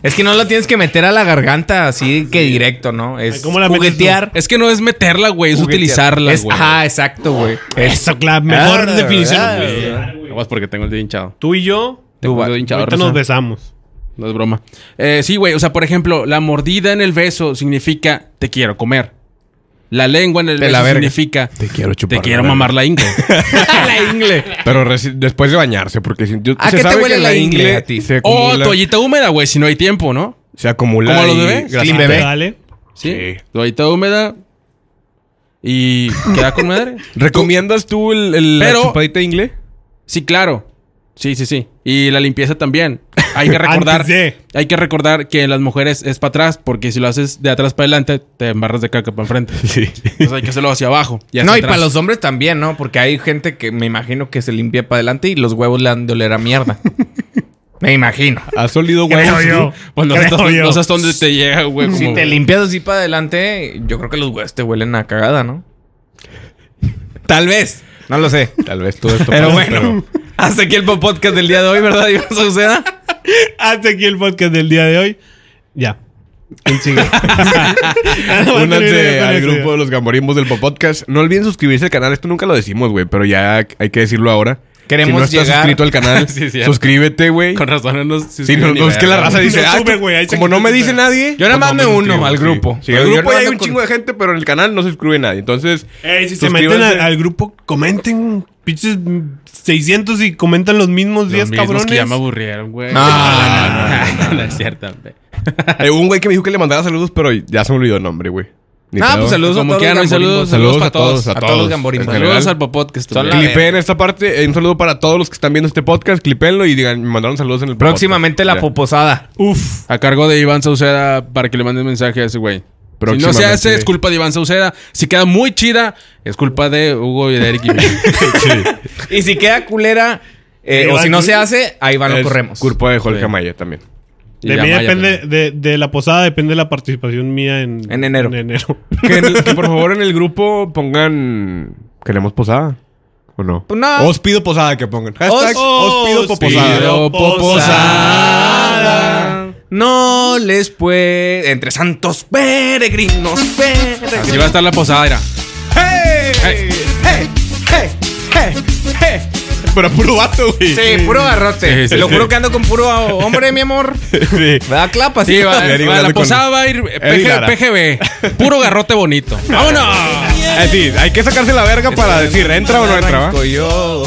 Speaker 3: Es que no la tienes que meter a la garganta así que directo, ¿no? Es
Speaker 2: ¿Cómo la metes
Speaker 3: juguetear.
Speaker 1: Ah, Es que no es meterla, güey. Es
Speaker 3: juguetear.
Speaker 1: utilizarla,
Speaker 3: Es-
Speaker 1: güey.
Speaker 3: Ajá, exacto, güey.
Speaker 2: Eso, la mejor
Speaker 3: Ah,
Speaker 2: definición,
Speaker 3: ah,
Speaker 2: güey.
Speaker 1: Aguas porque tengo el dedo hinchado.
Speaker 2: Tú y yo
Speaker 1: Tengo
Speaker 3: va-
Speaker 1: el dedo hinchado.
Speaker 2: ahorita
Speaker 1: raza.
Speaker 4: ¿eh?
Speaker 2: nos besamos.
Speaker 1: No es broma. Eh, sí, güey. O sea, por ejemplo, la mordida en el beso significa te quiero comer. La lengua en el
Speaker 3: Te la
Speaker 1: beso
Speaker 3: verga.
Speaker 1: significa te
Speaker 4: quiero chupar la
Speaker 1: quiero
Speaker 4: verga".
Speaker 1: mamar la ingle.
Speaker 3: la ingle.
Speaker 4: Pero reci- después de bañarse, porque si, yo-
Speaker 3: ¿A
Speaker 4: se
Speaker 3: qué te
Speaker 4: sabe
Speaker 3: huele
Speaker 4: que
Speaker 3: la ingle a ti?
Speaker 4: Se
Speaker 2: Oh,
Speaker 1: o
Speaker 4: acumula,
Speaker 1: toallita húmeda, güey, si no hay tiempo, ¿no?
Speaker 4: se acumula
Speaker 1: ¿Como los
Speaker 4: ahí
Speaker 1: bebés?
Speaker 4: grasa.
Speaker 3: Clean bebé.
Speaker 2: Dale.
Speaker 1: Sí.
Speaker 4: Sí.
Speaker 1: Toallita húmeda. Y queda con madre.
Speaker 4: ¿Recomiendas tú el, el- la
Speaker 1: Pero-
Speaker 4: chupadita de ingle?
Speaker 1: Sí, claro. Sí, sí, sí. Y la limpieza también. Hay que recordar.
Speaker 2: Antes de.
Speaker 1: Hay que recordar que las mujeres es para atrás, porque si lo haces de atrás para adelante, te embarras de caca para enfrente.
Speaker 4: Sí.
Speaker 1: Entonces hay que hacerlo hacia abajo.
Speaker 3: no,
Speaker 1: hacia
Speaker 3: y para
Speaker 1: atrás.
Speaker 3: los hombres también, ¿no? Porque hay gente que me imagino que se limpia para adelante y los huevos le han de oler a mierda. me imagino.
Speaker 4: ¿Has olido
Speaker 2: Creo
Speaker 4: huevos?
Speaker 2: yo.
Speaker 1: Pues no sabes,
Speaker 2: Creo yo.
Speaker 1: no sabes dónde te llega, güey.
Speaker 3: Si
Speaker 1: como-
Speaker 3: te limpias así para adelante, yo creo que los huevos te huelen a cagada, ¿no? Tal vez. No lo sé.
Speaker 4: Tal vez todo esto.
Speaker 3: Pero
Speaker 4: pasa,
Speaker 3: bueno,
Speaker 4: pero-
Speaker 3: hasta aquí el podcast del día de hoy, ¿verdad, Iván Sauceda?
Speaker 2: Hasta aquí el podcast del día de hoy. Ya.
Speaker 1: ¿Quién sigue?
Speaker 4: Únanse al grupo de los gamborimbos del podcast. No olviden suscribirse al canal. Esto nunca lo decimos, güey, pero ya hay que decirlo ahora.
Speaker 3: Queremos
Speaker 4: si no estás
Speaker 3: llegar-
Speaker 4: suscrito al canal,
Speaker 1: Sí, es cierto.
Speaker 4: suscríbete, güey.
Speaker 1: Con razón no nos...
Speaker 4: Sí, no, no, es que la raza dice,
Speaker 2: No
Speaker 4: "Ah,
Speaker 2: sube, güey, ahí se
Speaker 4: como no
Speaker 2: quita
Speaker 4: me
Speaker 2: ese
Speaker 4: dice
Speaker 2: pedo".
Speaker 4: nadie.
Speaker 3: Yo nada
Speaker 4: pues
Speaker 3: más me uno
Speaker 4: suscribo,
Speaker 3: al
Speaker 4: sí.
Speaker 3: grupo.
Speaker 4: Sí,
Speaker 3: Pero
Speaker 4: al
Speaker 3: yo
Speaker 4: grupo
Speaker 3: no
Speaker 4: ya hay
Speaker 3: ando
Speaker 4: un
Speaker 3: con-
Speaker 4: chingo de gente, pero en el canal no se suscribe nadie. Entonces,
Speaker 2: Ey, si se
Speaker 4: suscríbanse.
Speaker 2: meten al, al grupo, comenten, pinches mm, 600 y comentan los mismos
Speaker 1: Los
Speaker 2: 10 cabrones.
Speaker 1: cabrones. que ya me aburrieron, güey.
Speaker 3: No,
Speaker 1: no, no, no, no es cierto, güey.
Speaker 4: eh, un güey que me dijo que le mandaba saludos, pero ya se me olvidó el nombre, güey. Ni
Speaker 3: Ah,
Speaker 4: pedo.
Speaker 3: pues saludos
Speaker 1: Como
Speaker 3: a todos.
Speaker 1: quiera, no hay
Speaker 3: los gamborimbos.
Speaker 1: saludos. Saludos
Speaker 4: Saludos
Speaker 1: para
Speaker 4: a todos,
Speaker 1: todos.
Speaker 4: a
Speaker 3: A todos
Speaker 4: todos.
Speaker 3: los gamborimos.
Speaker 4: En general.
Speaker 1: Saludos al Popodcast.
Speaker 3: Son la
Speaker 1: güey.
Speaker 3: verga.
Speaker 4: Clipeen esta parte. Eh, un saludo para todos los que están viendo este podcast. Clipeenlo y digan, me mandaron saludos en el
Speaker 3: Próximamente la
Speaker 4: podcast.
Speaker 3: poposada.
Speaker 2: Uf.
Speaker 1: A cargo de Iván Sauceda para que le manden mensaje a ese güey. Si no se
Speaker 4: Próximamente.
Speaker 1: hace, es culpa de Iván Sauceda. Si queda muy chida, es culpa de Hugo y de Eric.
Speaker 3: Y si queda culera eh,
Speaker 2: Ahí
Speaker 3: o
Speaker 2: va
Speaker 3: si no
Speaker 2: el-
Speaker 3: se hace, ahí van
Speaker 4: Es
Speaker 3: lo corremos.
Speaker 4: Culpa de Jorge
Speaker 1: Sí.
Speaker 4: Amaya también.
Speaker 1: Y
Speaker 2: De
Speaker 1: ya
Speaker 2: mí
Speaker 1: Maya
Speaker 2: depende,
Speaker 1: también.
Speaker 2: de, de la posada depende de la participación mía en,
Speaker 3: En enero.
Speaker 4: Que, en- que por favor en el grupo pongan. ¿Queremos posada? ¿O no?
Speaker 3: Pues no.
Speaker 4: Os pido posada que pongan. Hashtag os, pido poposada.
Speaker 1: pido
Speaker 2: poposada.
Speaker 3: No les puede. Entre santos peregrinos, peregrinos.
Speaker 1: Así va a estar la posada, era.
Speaker 4: Pero puro vato, güey.
Speaker 3: Sí, puro garrote.
Speaker 1: Sí, sí,
Speaker 3: Lo
Speaker 1: sí.
Speaker 3: juro que ando con puro hombre, mi amor.
Speaker 4: Sí.
Speaker 3: ¿Verdad, clapa?
Speaker 1: Sí, va,
Speaker 4: Eric
Speaker 1: va, la
Speaker 4: hablando con-
Speaker 1: posada va a ir eh,
Speaker 4: Eric Lara.
Speaker 1: PG, PGB. Puro garrote bonito. ¡Vámonos!
Speaker 4: Así, hay que sacarse la verga para decir, ¿entra o no entra? va?
Speaker 3: Arranco yo.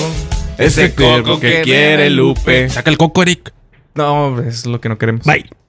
Speaker 4: Este Ese coco que quiere Lupe.
Speaker 1: Saca el coco, Eric.
Speaker 3: No, es lo que no queremos.
Speaker 2: Bye.